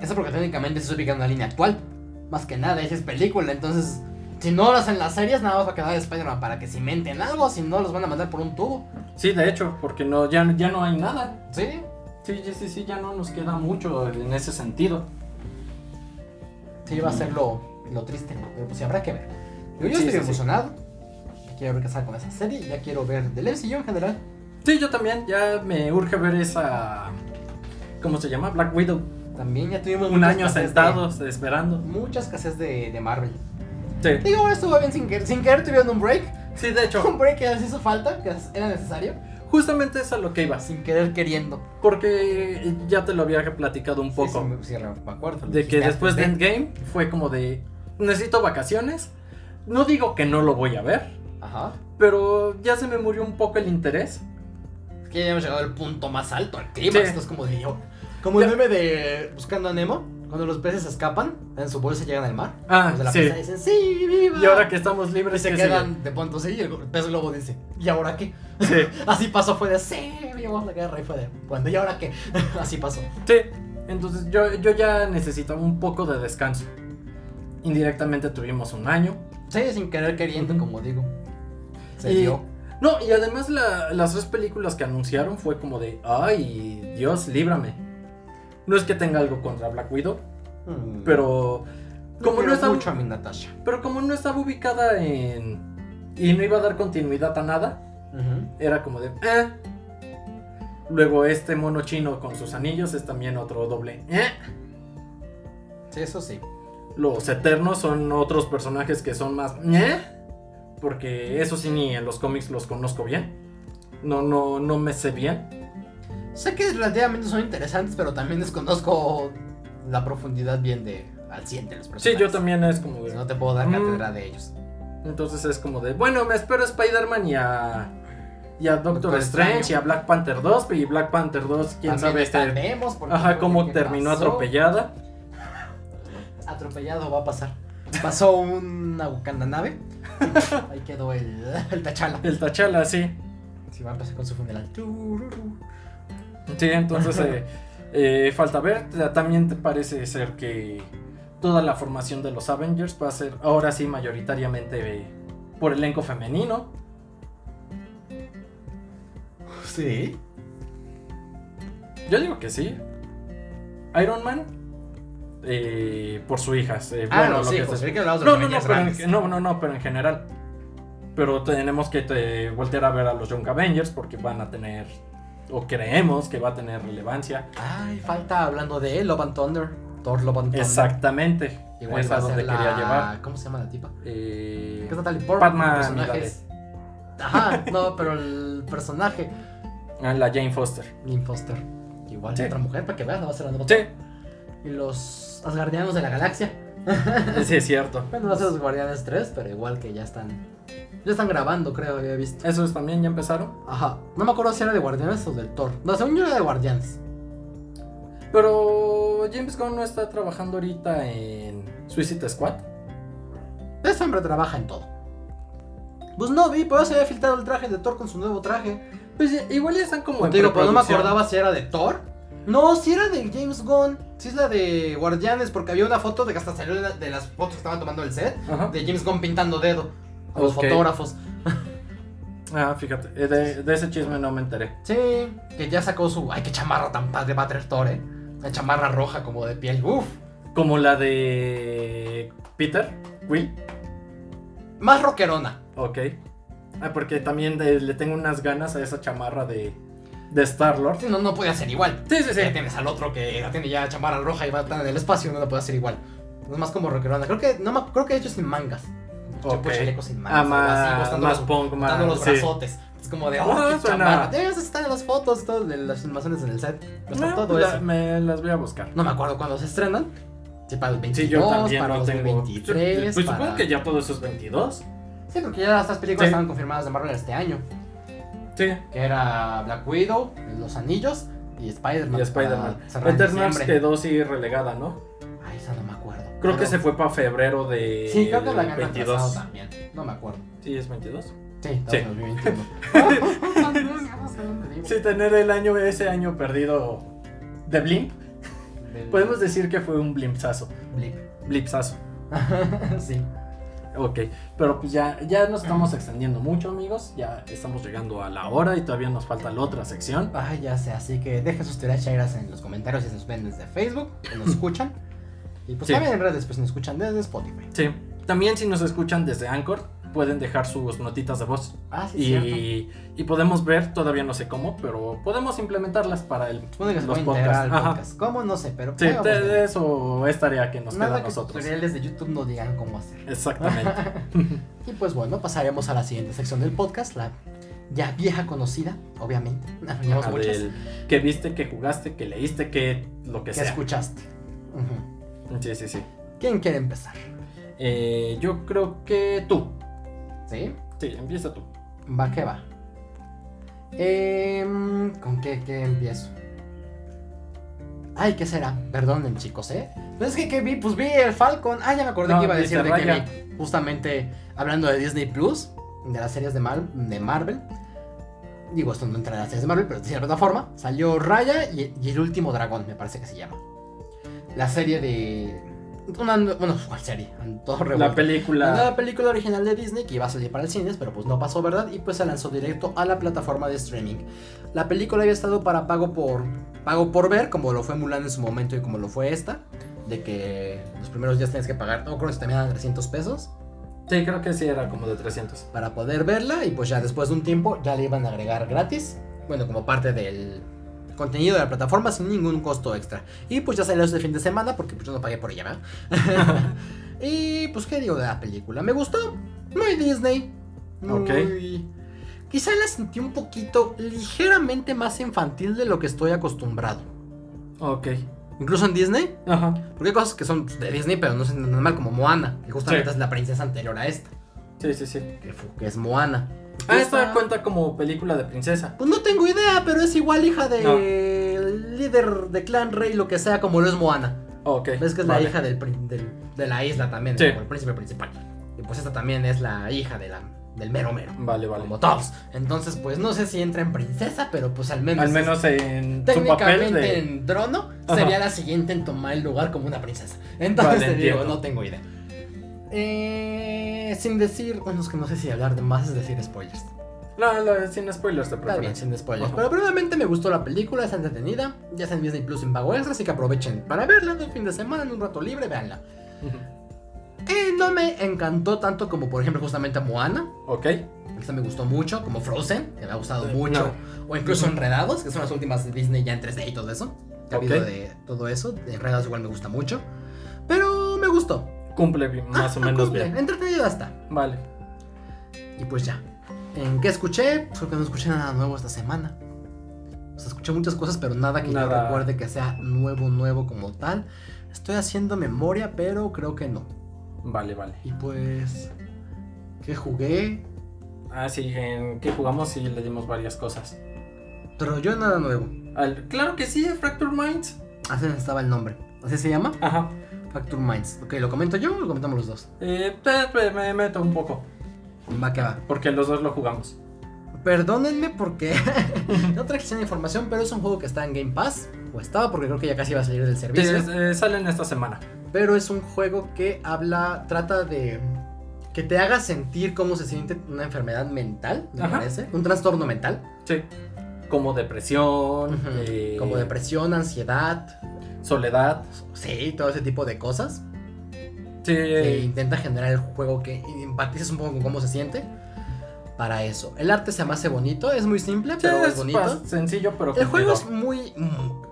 B: Eso porque técnicamente se ubica en la línea actual. Más que nada, esa es película. Entonces, si no las en las series, nada más va a quedar Spider-Man para que cimenten algo. Si no, los van a mandar por un tubo.
A: sí, de hecho, porque no, ya, ya no hay nada.
B: Sí.
A: Sí, sí, sí, sí, ya no nos queda mucho en ese sentido.
B: Sí, va a ser lo, lo triste. Pero pues sí, habrá que ver. Yo, yo
A: Sí,
B: estoy
A: sí, sí.
B: emocionado. Ya quiero ver qué sale con esa serie. Ya quiero ver del MCU en general.
A: Sí, yo también, ya me urge ver esa... ¿Cómo se llama? Black Widow.
B: También ya tuvimos
A: Un
B: mucha
A: año
B: escasez
A: sentados,
B: de-
A: esperando.
B: mucha escasez de, de Marvel.
A: Sí.
B: Digo, esto va bien sin querer. Sin querer tuvieron un break.
A: Sí, de hecho,
B: Un break que les hizo falta, que era necesario.
A: justamente es a lo que ibas.
B: Sin querer queriendo.
A: Porque ya te lo había platicado un
B: Sí, sí,
A: poco.
B: me- sí, re- me acuerdo.
A: De que
B: Dijiste
A: después de
B: antes
A: Endgame fue como de, necesito vacaciones. No digo que no lo voy a ver,
B: Ajá.
A: pero ya se me murió un poco el interés.
B: Es que ya hemos llegado al punto más alto, al clímax.
A: Sí.
B: Esto es como de yo. Como el
A: Ya.
B: meme de Buscando a Nemo. Cuando los peces escapan, en su bolsa llegan al mar.
A: Ah,
B: Los Pues de la
A: sí.
B: pizza dicen, sí, viva.
A: Y ahora que estamos
B: Y
A: libres,
B: se
A: ¿qué
B: quedan de punto sí, y el pez globo dice, ¿y ahora qué?
A: sigue?
B: Así pasó, fue de, sí, vivimos la guerra y fue de, bueno, ¿y ahora qué? Así pasó.
A: Sí, sí. Entonces yo, yo ya necesitaba un poco de descanso. Indirectamente tuvimos un año.
B: Sí, sin querer queriendo,
A: Ujú.
B: como digo. Se
A: Y-
B: dio.
A: No, y además la- las tres películas que anunciaron fue como de, ay, Dios, líbrame. No es que tenga algo contra Black Widow,
B: Mm.
A: pero como
B: Quiero
A: no estaba,
B: mucho a mi Natasha.
A: pero como no estaba ubicada en y no iba a dar continuidad a nada,
B: Ujú.
A: era como de, eh. Luego este mono chino con sus anillos es también otro doble, eh.
B: Sí, eso sí.
A: Los eternos son otros personajes que son más, eh. Porque eso sí ni en los cómics los conozco bien. No, no, no me sé bien.
B: Sé que relativamente son interesantes, pero también desconozco la profundidad bien de al 100 de los
A: Sí,
B: personajes.
A: yo también es como de.
B: No te puedo dar
A: Mm.
B: cátedra de ellos.
A: Entonces es como de. Bueno, me espero a Spider-Man y a. Y a Doctor,
B: Doctor
A: Strange
B: Extraño.
A: y a Black Panther 2. Y Black Panther 2, quién sabe
B: También
A: este.
B: entendemos por qué
A: Ajá,
B: fue,
A: cómo
B: qué
A: terminó
B: pasó.
A: atropellada.
B: Atropellado va a pasar. Pasó una nave. Ahí quedó el, el tachala.
A: El Tachala, sí.
B: Si va a pasar con su funeral. Tururú.
A: Sí, entonces eh, eh, falta ver. Ta- También te parece ser que toda la formación de los Avengers va a ser ahora sí mayoritariamente eh, por elenco femenino.
B: Sí.
A: Yo digo que sí. Iron Man eh, por su hija. eh,
B: Ah,
A: bueno,
B: no,
A: lo
B: sí,
A: que
B: pues,
A: se
B: creí que hablabas de
A: No,
B: los
A: no, no,
B: Avengers
A: pero
B: grandes.
A: en, no, no, no, pero en general. Pero tenemos que eh, voltear a ver a los Young Avengers porque van a tener, o creemos que va a tener relevancia.
B: Ay, falta hablando de Love and Thunder. Thor Love and Thunder.
A: Exactamente.
B: Igual
A: es
B: va
A: a
B: a ser
A: donde
B: la-
A: quería llevar.
B: ¿Cómo se llama la tipa?
A: Eh,
B: ¿Qué es Natalie Portman?
A: Padma
B: el personaje es- Ajá, no, pero el personaje.
A: ah, la Jane Foster.
B: Jane Foster. Igual
A: Sí.
B: otra mujer, para que veas, no va a ser la nota.
A: Sí,
B: Y los Asgardianos de la Galaxia.
A: sí, es cierto.
B: Bueno, va a ser los Guardianes 3, pero igual que ya están. Ya están grabando, creo, había visto.
A: ¿Esos también ya empezaron?
B: Ajá. No me acuerdo si era de Guardianes o del Thor. No, según yo era de Guardianes.
A: Pero James Gunn no está trabajando ahorita en Suicide Squad.
B: Ese siempre trabaja en todo. Pues no vi, pero se había filtrado el traje de Thor con su nuevo traje.
A: Pues eh, igual ya están como en
B: Te digo, pero no me
A: preproducción.
B: acordaba si era de Thor No, si era de James Gunn, si es la de Guardianes, porque había una foto de que hasta salió de, la- de las fotos que estaban tomando el set,
A: Ajá.
B: de James Gunn pintando dedo a los
A: Ok.
B: fotógrafos.
A: Ah, fíjate, eh, de, de ese chisme no me enteré.
B: Sí, que ya sacó su... ¡Ay, qué chamarra tan padre va a traer Thor, eh! Una chamarra roja como de piel, uff.
A: Como la de Peter, Will,
B: Más rockerona.
A: ok. Ah, porque también de- le tengo unas ganas a esa chamarra de, de Star-Lord.
B: Si no, no podía ser igual.
A: Sí, sí, sí.
B: Ya tienes al otro que la tiene ya chamarra roja y va a estar en el espacio, no la puede hacer igual. Es más como rockerona. Creo que, no, me- creo que de hecho sin mangas.
A: Ok.
B: Tipo chaleco sin mangas.
A: Ah,
B: algo así,
A: más,
B: mostrando
A: más
B: los-
A: punk, más.
B: dando los
A: sí.
B: brazotes. Es como de, oh,
A: Ah,
B: qué
A: suena-
B: chamarra. Debes estar en las fotos todo de las filmaciones en el set. Está
A: No,
B: todo
A: Ah, pues la-
B: eso.
A: me las voy a buscar.
B: No me acuerdo cuándo se estrenan. Sí, para el 22,
A: Sí, yo también
B: para
A: no
B: el
A: tengo.
B: 2023.
A: pues
B: para-
A: supongo que ya todos esos 22.
B: Sí, porque ya estas películas
A: Sí.
B: estaban confirmadas de Marvel este año.
A: Sí.
B: Que era Black Widow, Los Anillos y Spider-Man.
A: Y Spider-Man.
B: para cerrar en
A: Eternals
B: diciembre.
A: quedó sí relegada, ¿no?
B: Ay, esa no me acuerdo.
A: Creo
B: Pero-
A: que se fue para febrero de.
B: Sí, creo que la habían
A: 22.
B: retrasado también. No me acuerdo.
A: Sí, es 22.
B: Sí, estamos
A: Sí.
B: en 2021.
A: Sí, tener el año, ese año perdido de blimp.
B: Del-
A: Podemos decir que fue un blimpsazo.
B: Blip.
A: Blipsazo.
B: sí.
A: Ok, pero pues ya, ya nos estamos extendiendo mucho, amigos. Ya estamos llegando a la hora y todavía nos falta la otra sección.
B: Ay, ya sé, así que dejen sus teorías chairas en los comentarios si nos ven desde Facebook, que nos escuchan. Y pues
A: Sí.
B: también en redes, pues nos escuchan desde Spotify.
A: Sí. También si nos escuchan desde Anchor, pueden dejar sus notitas de voz.
B: Ah, sí, cierto.
A: Y, y podemos ver, todavía no sé cómo, pero podemos implementarlas para el
B: Supongo que se
A: los
B: puede integrar al
A: podcasts. Ajá.
B: podcast. ¿Cómo? No sé, pero
A: Sí,
B: ahí vamos
A: te-
B: viendo.
A: eso es tarea que nos queda
B: Nada
A: a
B: que sus
A: nosotros.
B: tutoriales de YouTube no digan cómo hacer.
A: Exactamente.
B: Y pues bueno, pasaremos a la siguiente sección del podcast, la ya vieja conocida, obviamente. Llevamos
A: Ajá,
B: muchas.
A: del que viste, que jugaste, que leíste, que lo que
B: que
A: sea.
B: escuchaste. Ujú.
A: Sí, sí, sí.
B: ¿Quién quiere empezar?
A: Eh, yo creo que tú.
B: ¿Sí?
A: Sí, empieza tú.
B: Va que va. Em, ¿Con qué, qué empiezo? Ay, ¿qué será? Perdonen, chicos, ¿eh? Pero es que, ¿qué vi? Pues vi el Falcon. Ah, ya me acordé
A: No,
B: que iba a
A: viste
B: decir de que
A: Raya.
B: vi. Justamente hablando de Disney Plus, de las series de, Mar- de Marvel. Digo, esto no entra en las series de Marvel, pero de cierta forma. Salió Raya y, y el último dragón, me parece que se llama. La serie de. Una, bueno, ¿cuál serie? Todo
A: La
B: revuelto. La
A: película.
B: nueva película original de Disney que iba a salir para el cines, pero pues no pasó, ¿verdad? Y pues se lanzó directo a la plataforma de streaming. La película había estado para pago por pago por ver, como lo fue Mulan en su momento y como lo fue esta, de que los primeros días tienes que pagar, no creo que también eran 300 pesos
A: Sí, creo que sí, era como de 300.
B: para poder verla y pues ya después de un tiempo ya le iban a agregar gratis, bueno, como parte del contenido de la plataforma sin ningún costo extra. Y pues ya salió este fin de semana porque pues yo no pagué por ella, ¿verdad? y pues qué digo de la película, me gustó, muy Disney. Muy...
A: Ok.
B: Quizá la sentí un poquito ligeramente más infantil de lo que estoy acostumbrado.
A: Ok.
B: Incluso en Disney,
A: Ajá.
B: porque hay cosas que son de Disney pero no se entienden mal como Moana, que justamente
A: Sí.
B: es la princesa anterior a esta,
A: Sí, sí, sí.
B: que, fu- que es Moana.
A: Ah,
B: Esta-
A: esta cuenta como película de princesa.
B: Pues no tengo idea, pero es igual hija de líder de clan rey, lo que sea, como lo es Moana.
A: Ok.
B: Ves que es
A: vale.
B: la hija del, prin- del- de la isla también,
A: Sí.
B: como el príncipe principal. Y pues esta también es la hija de la, del mero mero,
A: Vale, vale.
B: como todos. Entonces, pues no sé si entra en princesa, pero pues al menos,
A: Al menos en su papel
B: técnicamente
A: de.
B: en trono
A: Ajá.
B: sería la siguiente en tomar el lugar como una princesa. Entonces
A: Vale,
B: te digo,
A: entiendo.
B: no tengo idea. Eh, sin decir, bueno, es que no sé si hablar de más es decir spoilers.
A: No, no, sin spoilers de
B: Está bien,
A: preferencia.
B: sin spoilers.
A: Ajá.
B: Pero probablemente me gustó la película, está entretenida. Ya está en Disney Plus en pago extra, así que aprovechen para verla en un fin de semana, en un rato libre, véanla. Eh, no me encantó tanto como, por ejemplo, justamente Moana.
A: Ok.
B: Esta me gustó mucho, como Frozen, que me ha gustado
A: Eh,
B: mucho. O incluso
A: Ujú.
B: Enredados, que son las últimas de Disney ya en 3D y todo eso. Que ha
A: Ok.
B: habido de todo eso. de Enredados igual me gusta mucho. Pero me gustó.
A: Cumple bi- más o
B: Ah,
A: menos
B: cumple,
A: bien.
B: Entretenida está.
A: Vale.
B: Y pues ya. ¿En qué escuché? Pues creo que no escuché nada nuevo esta semana. O sea, escuché muchas cosas, pero nada que yo
A: Nada.
B: recuerde que sea nuevo, nuevo como tal. Estoy haciendo memoria, pero creo que no.
A: Vale, vale.
B: Y pues. ¿Qué jugué?
A: Ah, sí, en que jugamos y le dimos varias cosas.
B: Pero yo nada nuevo.
A: Al- Claro que sí, Fracture Minds.
B: Así estaba el nombre. ¿Así se llama?
A: Ajá.
B: Facture Minds. Ok, ¿lo comento yo o lo comentamos los dos?
A: Eh, pe- pe- me meto un poco.
B: Va que va.
A: Porque los dos lo jugamos.
B: Ok. Perdónenme porque no traje esa información, pero es un juego que está en Game Pass. O estaba porque creo que ya casi iba a salir del servicio.
A: Te- eh, salen esta semana.
B: Pero es un juego que habla, trata de que te haga sentir cómo se siente una enfermedad mental, me
A: Ajá.
B: parece. Un trastorno mental.
A: Sí. Como depresión, eh,
B: Como depresión, ansiedad,
A: soledad.
B: sí, todo ese tipo de cosas.
A: Sí.
B: E intenta generar el juego que empatices un poco con cómo se siente. Para eso. El arte se me hace bonito, es muy simple,
A: Sí,
B: pero es,
A: es
B: bonito.
A: pas- sencillo, pero
B: El juego es
A: cumplidor.
B: muy. mm,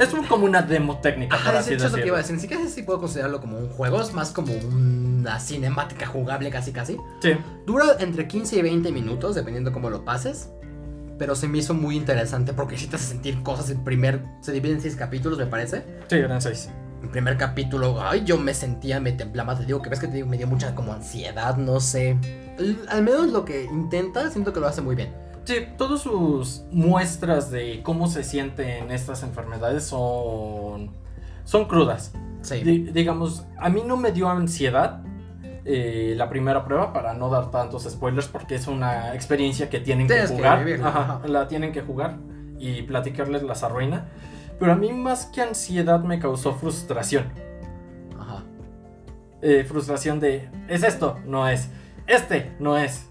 A: es un- como una demo técnica,
B: Ajá,
A: por
B: es
A: así
B: hecho es lo que
A: decirlo.
B: iba a decir. Ni siquiera sé si puedo considerarlo como un juego, es más como una cinemática jugable casi casi.
A: Sí.
B: Dura entre 15 y 20 minutos, dependiendo cómo lo pases. Pero se me hizo muy interesante porque si te hace sentir cosas. El primer. Se divide en 6 capítulos, me parece.
A: Sí, eran seis.
B: El primer capítulo, ay, yo me sentía, me temblaba. Te digo que ves que te digo, me dio mucha como ansiedad, no sé. L- al menos lo que intenta, siento que lo hace muy bien.
A: Sí, todas sus muestras de cómo se sienten estas enfermedades son, son crudas.
B: Sí.
A: Di- digamos, a mí no me dio ansiedad eh, la primera prueba para no dar tantos spoilers porque es una experiencia que tienen
B: Tienes
A: que
B: que
A: jugar.
B: vivirla,
A: Ajá,
B: ajá.
A: la tienen que jugar y platicarles las arruina. Pero a mí más que ansiedad me causó frustración.
B: Ajá.
A: Eh, frustración de, es esto, no es. Este, no es.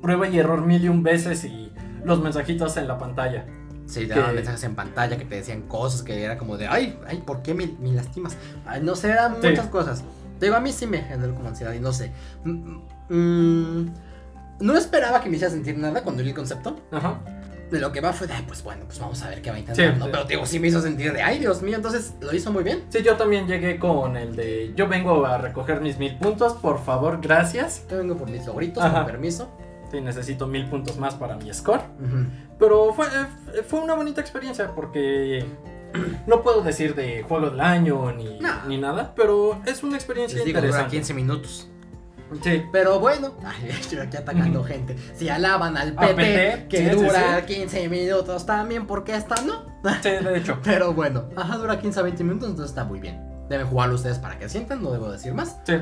A: Prueba y error mil y un veces y los mensajitos en la pantalla.
B: Sí,
A: Que-
B: te daban mensajes en pantalla que te decían cosas que era como de, ay, ay, ¿por qué me, me lastimas? Ay, no sé, eran
A: Sí.
B: muchas cosas. Te digo, a mí sí me generó como ansiedad y no sé. Mm, mm, no esperaba que me hiciera sentir nada cuando leí el concepto.
A: Ajá.
B: De lo que va fue de, "Ay, pues bueno, pues vamos a ver qué va
A: Sí,
B: a intentar. ¿no?
A: sí.
B: Pero te digo, sí me hizo sentir de, ay, Dios mío, entonces lo hizo muy bien.
A: Sí, yo también llegué con el de yo vengo a recoger mis mil puntos, por favor, gracias.
B: Yo vengo por mis logritos,
A: Ajá.
B: con permiso.
A: Sí, necesito mil puntos más para mi score.
B: Ujú.
A: Pero fue, eh, fue una bonita experiencia porque no puedo decir de juego del año ni,
B: No.
A: ni nada, pero es una experiencia
B: Les digo, dura
A: interesante.
B: 15 minutos.
A: Sí.
B: Pero bueno, ay, yo aquí atacando gente. Si alaban al
A: Al
B: PT,
A: PT,
B: que
A: sí, sí,
B: dura 15 minutos también, porque esta no.
A: sí, de hecho.
B: Pero bueno, ajá, dura 15 a 20 minutos, entonces está muy bien. Deben jugarlo ustedes para que sientan, no debo decir más.
A: Sí.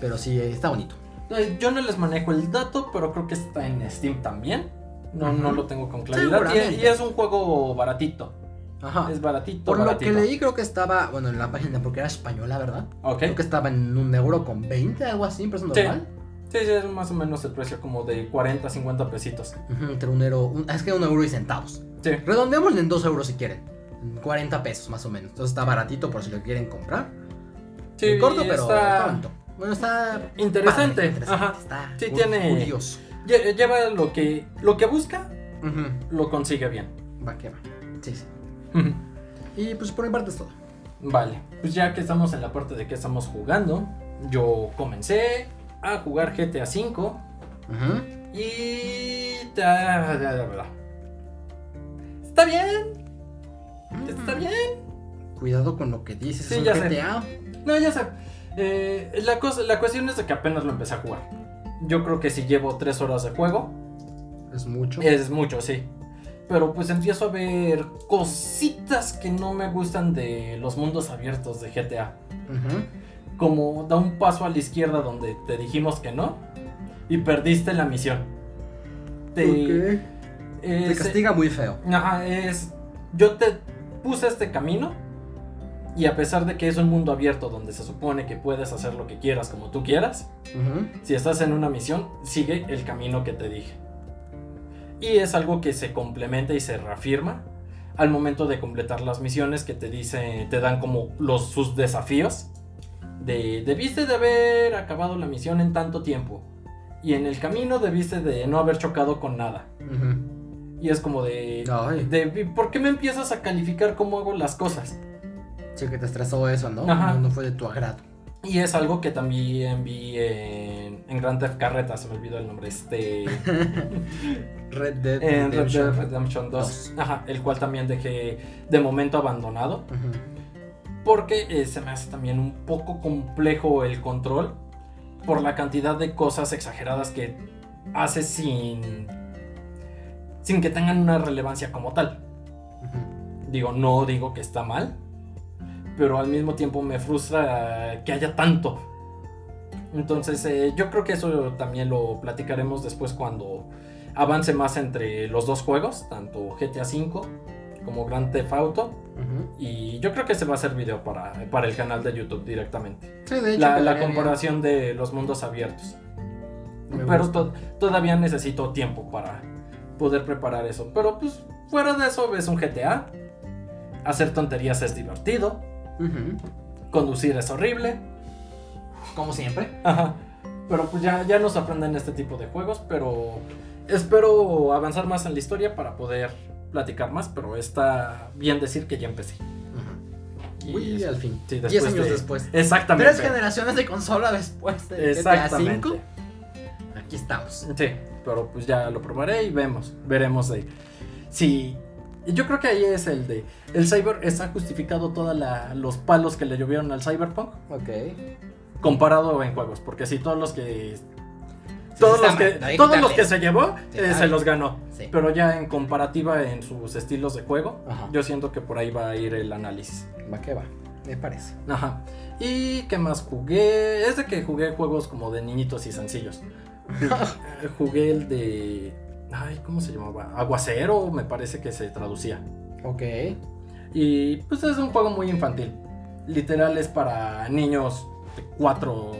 B: Pero sí, eh, está bonito.
A: Eh, Yo no les manejo el dato, pero creo que está en Steam también. No, no
B: Ujú.
A: lo tengo con claridad. Y- Y,
B: Seguramente.
A: es un juego baratito.
B: Ajá.
A: Es baratito.
B: Por lo que
A: baratito.
B: leí, creo que estaba, bueno, en la página, porque era española, ¿verdad?
A: Ok.
B: Creo que estaba en un euro con 20, algo así, precio
A: Sí.
B: normal.
A: Sí, sí, es más o menos el precio como de 40, 50 pesitos.
B: Ujú, entre un euro, un- es que un euro y centavos.
A: Sí.
B: Redondeémosle en 2 euros si quieren. En 40 pesos más o menos. Entonces está baratito por si lo quieren comprar.
A: Sí,
B: En corto,
A: y
B: pero
A: está
B: está bonito. Bueno, está
A: interesante.
B: padre, interesante,
A: Ajá.
B: Está
A: Sí,
B: cu-
A: tiene-
B: curioso.
A: Lle- Lleva lo que, lo que busca,
B: Ujú,
A: lo consigue bien.
B: Va que va. Sí, sí. Y pues por mi parte es todo.
A: vale, pues ya que estamos en la parte de que estamos jugando, yo comencé a jugar GTA V
B: Ujú.
A: y... ta- la- la- la- Está bien, está bien.
B: Cuidado con lo que dices.
A: Sí,
B: es un
A: ya sé.
B: GTA.
A: No, ya sé. Eh, la, cosa, la cuestión es de que apenas lo empecé a jugar. Yo creo que si llevo tres horas de juego,
B: Es mucho.
A: Es mucho, sí. Pero pues empiezo a ver cositas que no me gustan de los mundos abiertos de GTA.
B: Ujú.
A: Como da un paso a la izquierda donde te dijimos que no y perdiste la misión. Te, eh,
B: Ok. Te
A: se-
B: castiga muy feo.
A: Ajá, es. Yo te puse este camino. Y a pesar de que es un mundo abierto donde se supone que puedes hacer lo que quieras como tú quieras,
B: Ujú.
A: si estás en una misión, sigue el camino que te dije. Y es algo que se complementa y se reafirma al momento de completar las misiones que te dicen, te dan como los, sus desafíos. De, debiste de haber acabado la misión en tanto tiempo. Y en el camino debiste de no haber chocado con nada.
B: Ujú.
A: Y es como de...
B: Ay,
A: de ¿Por qué me empiezas a calificar cómo hago las cosas?
B: sé que te estresó eso, ¿no?
A: Ajá.
B: No, no fue de tu agrado.
A: Y es algo que también vi en, en Grand Theft Carreta, se me olvidó el nombre, este...
B: Red
A: en
B: Dead
A: Eh, Red Dead
B: Redemption.
A: Redemption 2,
B: Dos.
A: ajá, el cual también dejé de momento abandonado,
B: Ujú.
A: porque eh, se me hace también un poco complejo el control por la cantidad de cosas exageradas que hace sin sin que tengan una relevancia como tal.
B: Ujú.
A: Digo, no digo que está mal, pero al mismo tiempo me frustra que haya tanto. Entonces, eh, yo creo que eso también lo platicaremos después cuando avance más entre los dos juegos, tanto GTA V como Grand Theft Auto.
B: Ujú.
A: Y yo creo que ese va a ser video para, para el canal de YouTube directamente.
B: Sí, de hecho.
A: La, la
B: quedaría
A: comparación de los mundos abiertos.
B: bien. Me
A: Pero
B: gusta.
A: to- todavía necesito tiempo para poder preparar eso. Pero pues fuera de eso es un GTA. Hacer tonterías es divertido.
B: Ujú.
A: Conducir es horrible.
B: Como siempre.
A: Ajá. Pero pues ya, ya nos aprenden este tipo de juegos. Pero espero avanzar más en la historia para poder platicar más. Pero está bien decir que ya empecé.
B: Ujú.
A: Y
B: Uy,
A: es-
B: al fin.
A: sí,
B: 10 años
A: de-
B: después.
A: Exactamente.
B: Tres generaciones de consola después de GTA
A: Exactamente.
B: V. Aquí estamos.
A: Sí, pero pues ya lo probaré y vemos, veremos de si yo creo que ahí es el de el cyber está justificado todos los palos que le llovieron al cyberpunk
B: Ok.
A: comparado en juegos, porque si todos los que todos
B: está
A: los
B: mal,
A: que
B: hay que
A: todos los
B: quitarle.
A: que se llevó
B: Sí,
A: eh,
B: está
A: se
B: bien.
A: los ganó,
B: Sí. Ah.
A: pero ya en comparativa en sus estilos de juego,
B: Ajá.
A: yo siento que por ahí va a ir el análisis.
B: Va que va. Me parece.
A: Ajá. ¿Y qué más jugué? Es de que jugué juegos como de niñitos y sencillos. Eh, jugué el de. Ay, ¿cómo se llamaba? Aguacero, me parece que se traducía.
B: Ok.
A: Y pues es un juego muy infantil. Literal es para niños de 4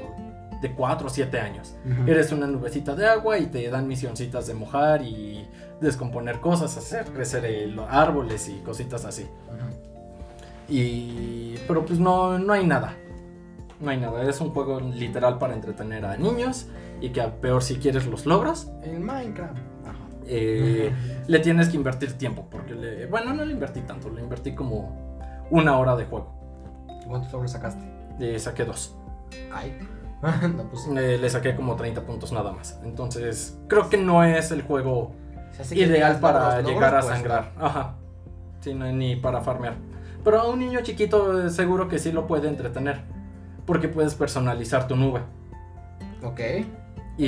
A: de 4 o 7 años. Eres una nubecita de agua y te dan misioncitas de mojar y descomponer cosas, hacer crecer eh, los árboles y cositas así.
B: Ujú.
A: Y. Pero pues no, no hay nada. No hay nada. Es un juego literal para entretener a niños. Y que a peor si quieres los logros.
B: En Minecraft. Ajá.
A: eh, Le tienes que invertir tiempo. Porque le. Bueno, no le invertí tanto. Le invertí como una hora de juego.
B: ¿Cuántos sobres sacaste?
A: Le saqué dos.
B: Ay. no, pues.
A: Le, le saqué como 30 puntos nada más. Entonces, creo que no es el juego
B: si así que
A: ideal
B: llegas
A: para
B: los logros,
A: llegar a
B: pues,
A: sangrar. Ajá. Sí, no, ni para farmear. Pero a un niño chiquito eh, seguro que sí lo puede entretener. Porque puedes personalizar tu nube.
B: Ok.
A: Y,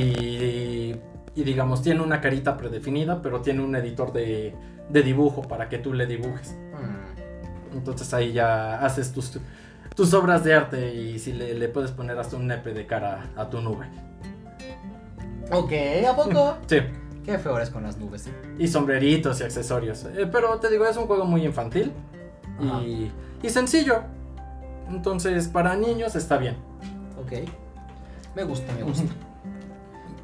A: y digamos, tiene una carita predefinida, pero tiene un editor de, de dibujo para que tú le dibujes.
B: Mm.
A: Entonces ahí ya haces tus, tus obras de arte y si le, le puedes poner hasta un nepe de cara a tu nube.
B: Ok, ¿a poco?
A: Sí,
B: Qué feo eres con las nubes. ¿eh?
A: y sombreritos y accesorios. Eh, pero te digo, es un juego muy infantil y, y sencillo. Entonces, para niños está bien.
B: Ok. Me gusta, me gusta.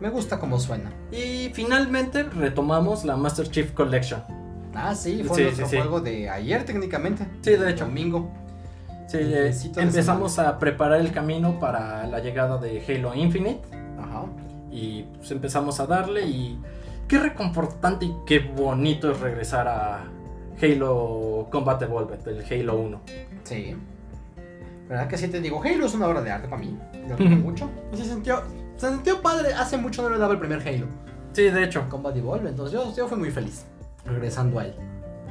B: me gusta como suena.
A: Y finalmente retomamos la Master Chief Collection.
B: Ah, sí, fue
A: Sí,
B: nuestro
A: sí, sí.
B: juego de ayer técnicamente.
A: Sí, de hecho.
B: Domingo.
A: Sí,
B: El
A: eh,
B: trencito de
A: empezamos a preparar el camino para la llegada de Halo Infinite
B: Ajá.
A: y pues, empezamos a darle y qué reconfortante y qué bonito es regresar a Halo Combat Evolved, el Halo 1.
B: Sí. ¿Verdad que sí te digo? Halo es una obra de arte para mí. Lo quiero mucho. Y Se sintió, se sintió padre. Hace mucho no le daba el primer Halo.
A: Sí, de hecho,
B: Combat Evolve. Entonces yo, yo fui muy feliz. Regresando a él.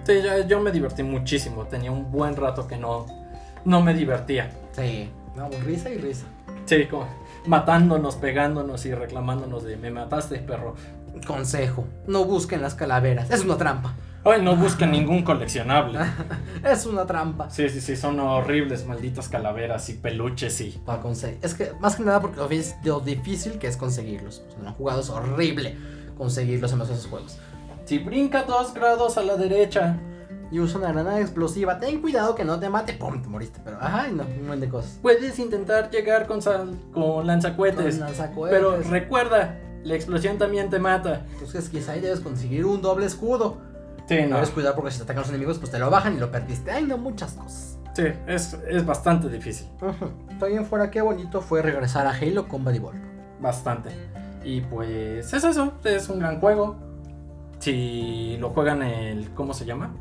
A: sí, ya- yo me divertí muchísimo, tenía un buen rato que no, no me divertía.
B: Sí. No, pues, risa y risa.
A: Sí, como matándonos, pegándonos y reclamándonos de me mataste, perro.
B: Consejo. No busquen las calaveras. Es una trampa.
A: Ay, no busquen ningún coleccionable.
B: Es una trampa.
A: Sí, sí, sí, son horribles, malditas calaveras y peluches y...
B: Para conseguir. Es que más que nada porque lo, vis- lo difícil que es conseguirlos. O sea, no han jugado es horrible conseguirlos en los esos juegos.
A: Si brinca dos grados a la derecha.
B: Y usa una granada explosiva. Ten cuidado que no te mate. ¡Pum! Te moriste. Pero, ay, no. Un montón de cosas.
A: Puedes intentar llegar con, sal- con lanzacuetes.
B: Con lanzacohetes.
A: pero recuerda, la explosión también te mata.
B: Entonces quizá ahí debes conseguir un doble escudo.
A: Sí,
B: No
A: no.
B: debes cuidar porque si te atacan los enemigos, pues te lo bajan y lo perdiste. Ay, no, muchas cosas.
A: Sí, es, es bastante difícil.
B: Ujú. También fuera qué bonito fue regresar a Halo con Evolve.
A: Bastante. Y pues es eso, es un gran juego. Si lo juegan el... ¿Cómo se llama?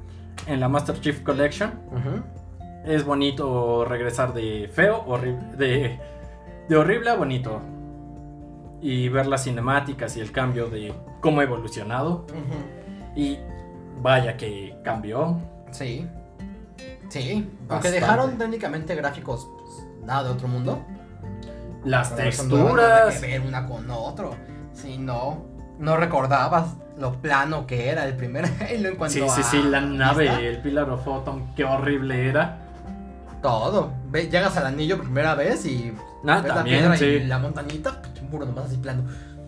A: En la Master Chief Collection. es bonito regresar de feo, horrib- de, de horrible a bonito. Y ver las cinemáticas y el cambio de cómo ha evolucionado. Y vaya que cambió.
B: Sí. Sí. Aunque
A: Bastante.
B: dejaron técnicamente gráficos pues, nada de otro mundo.
A: Las
B: Pero eso no era nada
A: texturas.
B: que ver una con otro. Si no, no recordabas lo plano que era el primer Halo en cuanto
A: Sí,
B: a.
A: sí, sí, la
B: vista.
A: nave, el Pillar of Autumn, qué horrible era.
B: Todo. Ve- llegas al anillo por primera vez y
A: Ah,
B: ves
A: también,
B: la piedra
A: sí.
B: y la montañita, pues, un puro nomás así plano.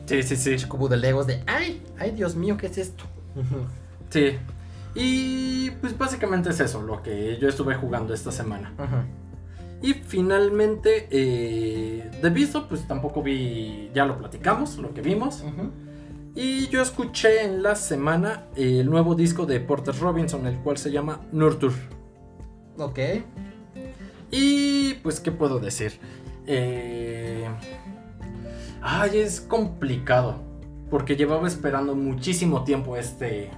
A: Sí, sí, sí.
B: Como de Legos de, ay, ay, Dios mío, ¿qué es esto? Ujú.
A: Sí. Y pues básicamente es eso lo que yo estuve jugando esta semana.
B: Ajá.
A: Y finalmente, eh, de visto, pues tampoco vi, ya lo platicamos, lo que vimos.
B: Ujú.
A: Y yo escuché en la semana el nuevo disco de Porter Robinson, el cual se llama Nurture.
B: Ok.
A: Y pues, ¿qué puedo decir? Eh, Ay, es complicado. Porque llevaba esperando muchísimo tiempo este,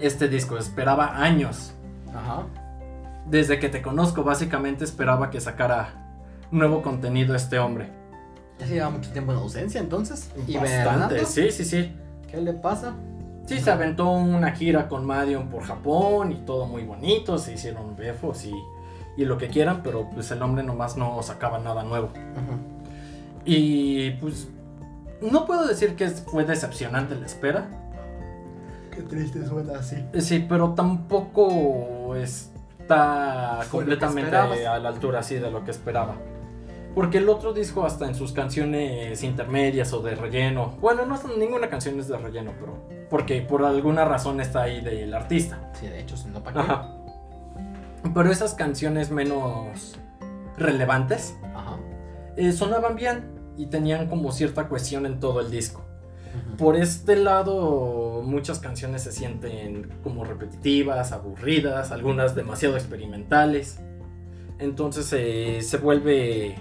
A: este disco. Esperaba años.
B: Ajá.
A: Desde que te conozco, básicamente esperaba que sacara nuevo contenido este hombre.
B: Ya se lleva mucho tiempo en ausencia entonces. ¿Y
A: Bastante,
B: Bernardo?
A: sí, sí, sí.
B: ¿Qué le pasa?
A: Sí, se aventó una gira con Madion por Japón y todo muy bonito. Se hicieron befos y, y lo que quieran, pero pues el hombre nomás no sacaba nada nuevo.
B: Ajá.
A: Y pues no puedo decir que es- fue decepcionante la espera.
B: Qué triste suena así.
A: Eh, Sí, pero tampoco está
B: Fue lo que
A: completamente
B: esperabas.
A: a la altura así de lo que esperaba. Porque el otro disco hasta en sus canciones intermedias o de relleno. Bueno, no son- ninguna canción es de relleno, pero porque por alguna razón está ahí del artista.
B: Sí, de hecho, si no para qué.
A: Ajá. Pero esas canciones menos relevantes
B: Ajá.
A: eh, sonaban bien y tenían como cierta cohesión en todo el disco.
B: Ujú.
A: Por este lado, muchas canciones se sienten como repetitivas, aburridas, algunas demasiado experimentales. Entonces eh, se vuelve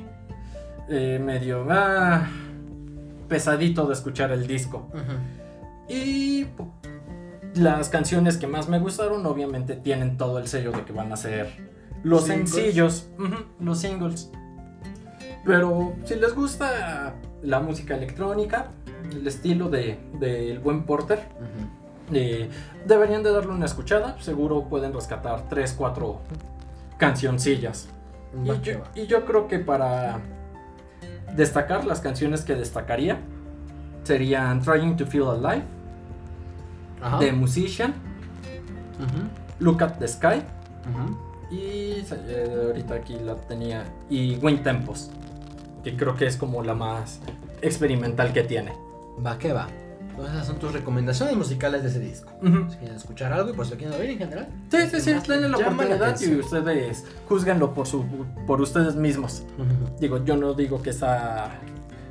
A: eh, medio ah, pesadito de escuchar el disco.
B: Ujú.
A: Y pu- las canciones que más me gustaron, obviamente, tienen todo el sello de que van a ser los
B: Singles.
A: sencillos, ujú, los singles. Pero si les gusta la música electrónica, el estilo de- del buen Porter,
B: Ujú.
A: eh, deberían de darle una escuchada. Seguro pueden rescatar 3, 4 cancioncillas.
B: Va
A: Y
B: que
A: yo,
B: va.
A: y yo creo que para destacar las canciones que destacaría serían Trying to Feel Alive.
B: Ajá.
A: The Musician,
B: Ujú.
A: Look at the Sky
B: Ujú.
A: y eh, ahorita aquí la tenía y Wind Tempos, que creo que es como la más experimental que tiene.
B: Va que va. Entonces, esas son tus recomendaciones musicales de ese disco.
A: Ujú.
B: Si quieren escuchar algo y por si lo quieren oír en general.
A: Sí, sí, sí,
B: Más
A: denle la
B: llama la
A: oportunidad y
B: atención.
A: ustedes juzguenlo por, su, por ustedes mismos. Digo, yo no digo que está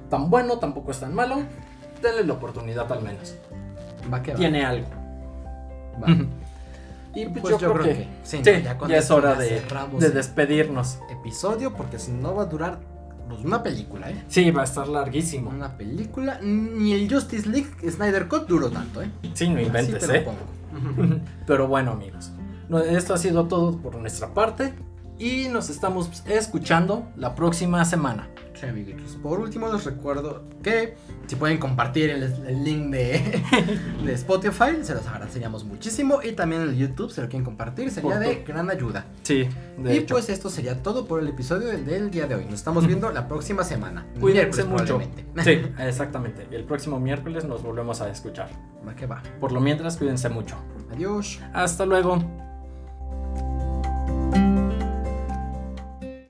A: tan bueno, tampoco es tan malo. Denle la oportunidad al menos.
B: Va que va.
A: Tiene algo.
B: Va.
A: Ujú. Y pues, yo, creo, que,
B: sí,
A: sí,
B: con
A: ya es
B: esto
A: hora
B: ya
A: de,
B: cerramos
A: de
B: el
A: despedirnos.
B: episodio porque si no va a durar pues, una película, ¿eh?
A: Sí, va a estar larguísimo.
B: Una película. Ni el Justice League Snyder Cut duró tanto, ¿eh?
A: Sí, no inventes,
B: Así te
A: ¿eh?
B: lo pongo.
A: Pero bueno, amigos, no- esto ha sido todo por nuestra parte y nos estamos escuchando la próxima semana.
B: Sí, amiguitos. Por último, les recuerdo que si pueden compartir el, el link de, de Spotify, se los agradeceríamos muchísimo. Y también el YouTube, si lo quieren compartir, sería
A: Por
B: de
A: tu-
B: gran ayuda.
A: Sí, de
B: y
A: hecho.
B: pues esto sería todo por el episodio del, del día de hoy. Nos estamos viendo la próxima semana.
A: Cuídense
B: miércoles,
A: mucho.
B: probablemente.
A: Sí, exactamente. El próximo miércoles nos volvemos a escuchar.
B: Va que va.
A: Por lo mientras, cuídense mucho.
B: Adiós.
A: Hasta luego.